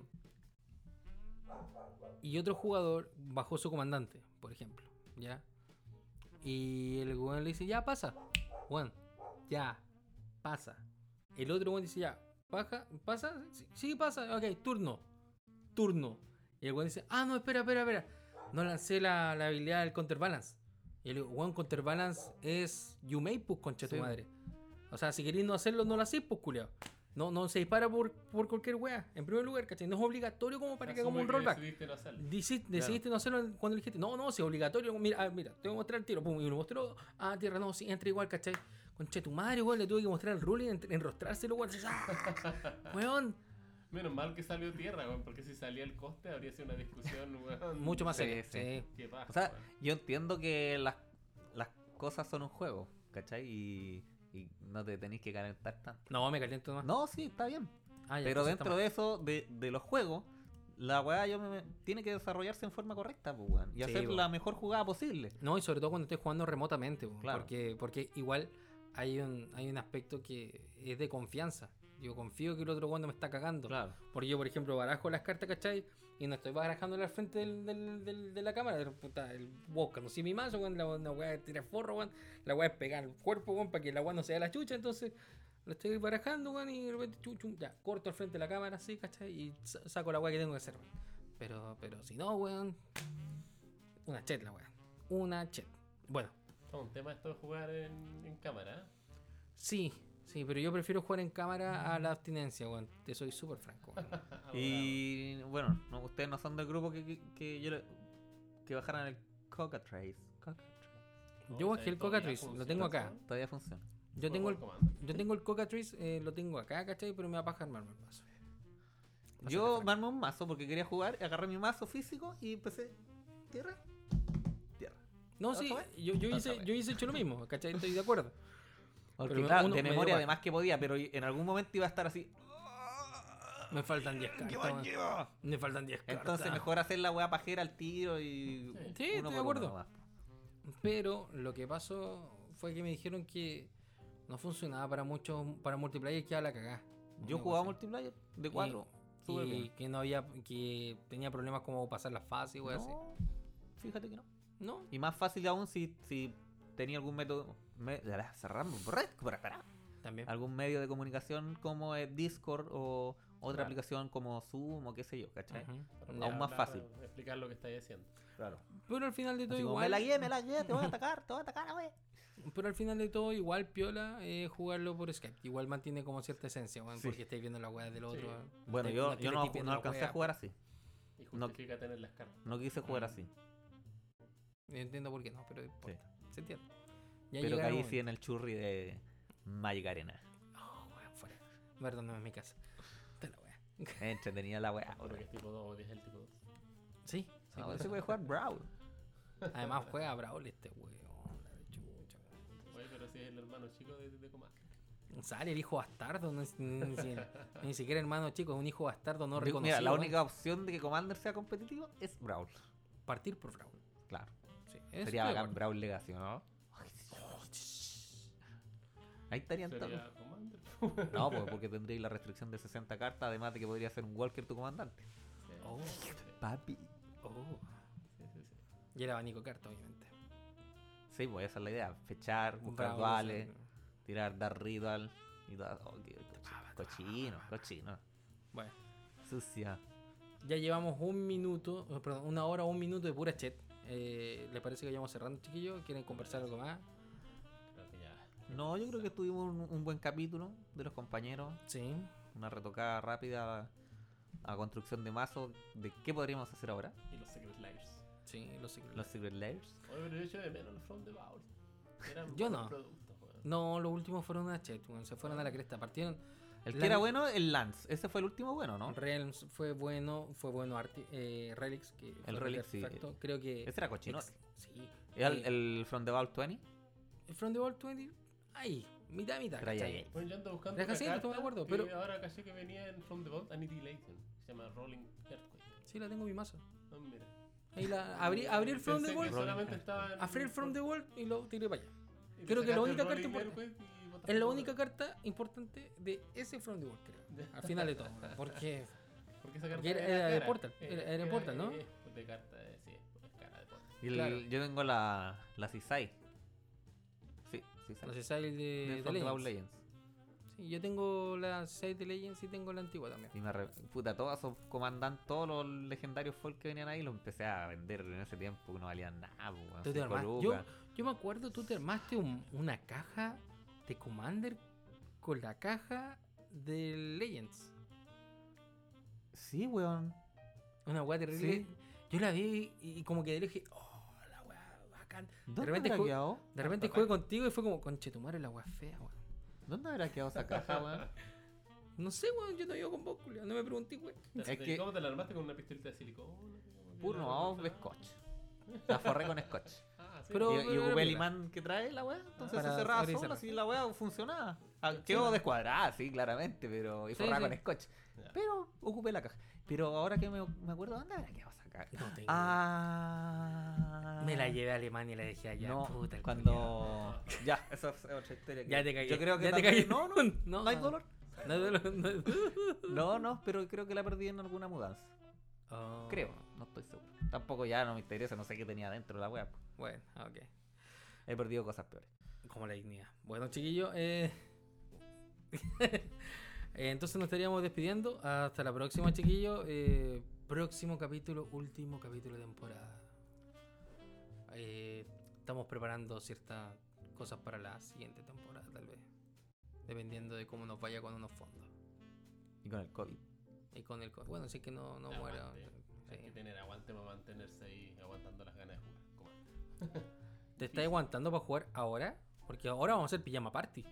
Y otro jugador bajó su comandante, por ejemplo. ¿Ya? Y el weón le dice, ya pasa. Juan, ya, pasa. El otro weón dice, ya, baja, pasa, sí, sí, pasa, ok, turno. Turno. Y el weón dice, ah, no, espera, espera, espera. No lancé la, la habilidad del counterbalance. Y el weón counterbalance es Yumei, pues, concha Sí, tu po. madre. O sea, si queréis no hacerlo, no lo hacéis, pues, culiao. No, no se dispara por, por cualquier wea. En primer lugar, ¿cachai? No es obligatorio como Ah, para que hagamos Asume un rollback. decidiste no hacerlo. Deci- Decidiste no hacerlo cuando le dijiste, no, no, si es obligatorio, mira, ah, mira, te voy a mostrar el tiro, pum, y lo mostró, ah, tierra, no, sí, entra igual, ¿cachai? Conche tu madre, weón, le tuve que mostrar el ruling, en- enrostrárselo, weón, ¡ah! weón, Menos mal que salió tierra, weón, porque si salía el coste habría sido una discusión, weón. mucho más Sí, serio, sí. sí. Qué paja, O sea, weón. yo entiendo que las, las cosas son un juego, ¿cachai? Y, y no te tenéis que calentar tanto. No, me caliento más. Ah, No, sí, está bien. Pero dentro de eso, de, de los juegos, la weá yo me- me- tiene que desarrollarse en forma correcta, pues, weón. Y Sí, hacer po. la mejor jugada posible. No, y sobre todo cuando estoy jugando remotamente, weón, Claro. porque, porque igual hay un, hay un aspecto que es de confianza. Yo confío que el otro cuando me está cagando. Claro. Porque yo, por ejemplo, barajo las cartas, ¿cachai? Y no estoy barajándolas al frente del- del- del- de la cámara. pero, Puta, el bosca, no sé mi mazo, weón, la, la weá es tirar forro, weón. La weá es pegar el cuerpo, weón, para que la weá no se dé la chucha. Entonces, lo estoy barajando, weón, y de repente, chum, chum, ya, corto al frente de la cámara, así, ¿cachai? Y sa- saco la weá que tengo que hacer, weón. Pero, pero si no, weón. Una chet la weá. Una chet. Bueno, Todo un tema esto de jugar en, en cámara. ¿eh? sí, sí, pero yo prefiero jugar en cámara a la abstinencia, weón. Te soy súper franco, weón. Ah, Y bueno, no, ustedes no son del grupo que, que, que yo le- que bajaran el Cocatrace. Cocatrace. bravo. Yo Oh, bajé el ¿sabes? Cocatrice, Todavía lo tengo acá. funciona. Todavía funciona. Yo Puedo tengo el jugar comando. Yo tengo el Cocatrice, eh, lo tengo acá, ¿cachai? Pero me va a pajar armarme el paso. Yo me armé un mazo porque quería jugar, agarré mi mazo físico y empecé. Tierra. Tierra. No, ¿Vas a sí, ver? yo, yo Vas a hice, ver. yo hice hecho lo mismo, ¿cachai? Estoy de acuerdo. Porque Pero claro, uno de medio memoria baja. además que podía, pero en algún momento iba a estar así. Me faltan 10 ¿Qué más cartas. lleva? Me faltan 10 cartas. Entonces mejor hacer la weá pajera al tiro y. Sí, uno estoy de por uno acuerdo. nomás. Pero lo que pasó fue que me dijeron que no funcionaba para muchos, para multiplayer que a la cagá. Yo Una jugaba cosa. multiplayer de Y- 4. súper Y bien. que no había, que tenía problemas como pasar las fases, weón, así. No, fíjate que no. No, Y más fácil aún si, si tenía algún método. Me, la- cerramos, brrr, brrr, brrr. también. algún medio de comunicación como eh, Discord o otra Claro. aplicación como Zoom o qué sé yo, ¿cachai? Ujú. Para Ya. Aún más hablar, fácil. para Explicar lo que estáis haciendo. Claro. Pero al final de todo Así como, me igual. la guié, me la guié, te voy a atacar, te voy a atacar, wey. Pero al final de todo igual piola eh, jugarlo por Skype. Igual mantiene como cierta esencia, weón, Sí. porque estáis viendo la weá del otro. Sí. weón. Bueno, Estáis- yo, estáis yo no, viendo no la alcancé weá. a jugar así. Y No- justifica tener las cartas. No quise Ah. jugar así. Entiendo por qué no, pero importa. se entiende. Ya Pero llegará el caí momento. sí en el churri de Magic Arena. Oh, weón, fuera. Perdón, no es mi casa. Está la weá. Eh, Entretenida la weá. Porque es tipo 2, es el tipo 2. Sí, sí, por Ahora eso. se puede jugar Brawl. Además juega Brawl este weón. la chucha, weón. Oye, pero si es el hermano chico de, de Comas. Sale el hijo bastardo, no es- ni, si- ni siquiera hermano chico, es un hijo bastardo no Yo- reconocido. Mira, la weón. única opción de que Commander sea competitivo es Brawl. Partir por Brawl. Claro. Sí, eso Sería estoy de bacán acuerdo. Brawl Legacy, ¿o ¿no? Ahí estarían todos. Sería Commander. No, pues porque tendríais la restricción de 60 cartas, además de que podría ser un Walker tu comandante. Oh, Sí, Papi. oh. sí, sí. Y el abanico carta, obviamente. Sí, pues esa es la idea. Fechar, buscar Brawl, duales, sí. Ah, tirar, dar ritual y todo. Oh, qué cochino, cochino, cochino. Bueno, Sucia. ya llevamos un minuto, eh, perdón, una hora, un minuto de pura chat. Eh, ¿Les parece que vayamos cerrando, chiquillos? ¿Quieren conversar algo más? Creo que ya. No, yo creo que tuvimos un, un buen capítulo de los compañeros. Sí. Una retocada rápida a, a construcción de mazo de qué podríamos hacer ahora. Y los Secret Lives. Sí, lo sé. Los Secret Layers. Oye, pero yo echo de menos los From the Vault. Eran Yo buenos no. productos, weón. No, los últimos fueron una chat, weón, se fueron a la cresta. Partieron. El que Lan- era bueno, el Lance. Ese fue el último bueno, ¿no? Realms fue bueno, fue bueno Arti- eh, Relics. Que fue Relics, sí. artefacto. Creo que. Ese era cochino. ex- sí. Era el, Eh, el From the Vault 20. el From the Wall 20, ahí, mitad, mitad. Pero ahí, ¿cachai? ahí, ahí. Bueno, Pues yo ando buscando. Deja una así, no estoy de carta acuerdo, que pero- Ahora caché que venía en From the Vault Annihilation. que Se llama Rolling Earthquake. Sí, la tengo en mi mazo. No, mira. Ahí la abrí, abrí el From Pensé the que Wall, solamente estaba en- abrí el From the Wall y lo tiré para allá. y te creo que la sacaste única el carta Rolling importante- Earthquake y botaste Es la todo. única carta importante de ese From the Wall, creo. Al final de todo. weón, Porque Porque esa Porque era- era de Portal, Eh, era- era de Portal, ¿no? eh, de carta, eh, sí, es cara de Portal. Y el- Claro. Yo tengo la, la Cisai. Sí, Cisai. no se sale el de, de de From the Vault Legends. Legends. Sí, yo tengo la 6 de Legends y tengo la antigua también. Y me re- puta, todos esos comandantes, todos los legendarios folk que venían ahí, los empecé a vender en ese tiempo que no valían nada, po, weón, Tú te cinco armaste- yo, lucas. yo me acuerdo, tú te armaste un- una caja de Commander con la caja de Legends. Sí, weón. Una weá terrible. Sí. Yo la vi y, y como que dije, oh, la weá bacán. ¿Dónde repente habrá ju- quedado? De repente jugué contigo y fue como, conche tu madre, la weá fea, weón. ¿Dónde habrá quedado esa caja, weón? No sé, weón, yo no iba con vos, culiao, No me pregunté, weón. Es Es que- ¿Cómo te la armaste con una pistolita de silicona? Puro, vamos, de scotch. La forré con scotch. Ah, sí. Pero- y, y pero era ocupé el piola. imán que trae la weá, entonces Para se cerraba abrir y sola, cerrar. si la weá funcionaba. Ah, Quedó descuadrada, sí, claramente, pero. Y Sí, forrada sí. con scotch. Ya. Pero ocupé la caja. Pero ahora que me, me acuerdo, ¿dónde habrá quedado esa caja? No tengo Ah. idea. Me la llevé a Alemania y la dejé allá. no, puta, el culiao. cuando. Ya, esa es otra historia. Ya que- te cagué. Yo creo que ya te también- cagué. No, no, no, hay dolor. No hay dolor. no hay dolor. No, no, pero creo que la perdí en alguna mudanza. Oh, Creo, no estoy seguro. Tampoco ya no me interesa, no sé qué tenía dentro la weá. po. Bueno, ok. He perdido cosas peores. Como la dignidad. Bueno, chiquillos, eh, eh, entonces nos estaríamos despidiendo. Hasta la próxima, chiquillos. Eh, próximo capítulo, último capítulo de temporada. Eh, estamos preparando ciertas cosas para la siguiente temporada, tal vez. Dependiendo de cómo nos vaya con unos fondos. Y con el COVID. Y con el... co- Bueno, si es que no, no muera. Aguante. Hay que sí. tener aguante para mantenerse ahí aguantando las ganas de jugar. Como- ¿Te estás aguantando para jugar ahora? Porque ahora vamos a hacer pijama party.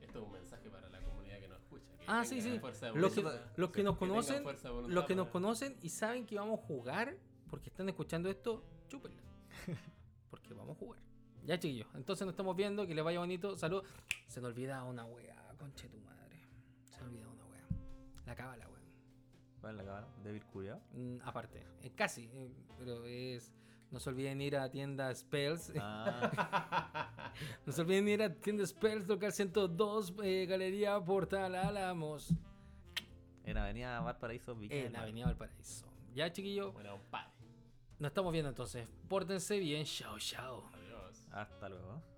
Esto es un mensaje para la comunidad que nos escucha. que Ah, sí, tengan sí. fuerza de Los que, voluntad. los que Sí, nos tengan conocen, fuerza de voluntad los que nos para- conocen y saben que vamos a jugar, porque están escuchando esto, chúpenla. Porque vamos a jugar. Ya, chiquillos. Entonces nos estamos viendo. Que les vaya bonito. Salud. Se nos olvida una wea. Conche tu madre. Se nos olvida una wea. La cábala, weón. ¿Cuál es la cámara? Débil culiao. Mm, aparte. Eh, casi. eh, pero es. No se olviden ir a tienda Spells. Ah, No se olviden ir a tienda Spells, local 102, eh, Galería Portal Álamos. en Avenida Valparaíso, Viña del En Mar. Avenida Valparaíso. Ya, chiquillos. Bueno, compadre. Nos estamos viendo entonces. Pórtense bien. Chao, chao. Adiós. Hasta luego.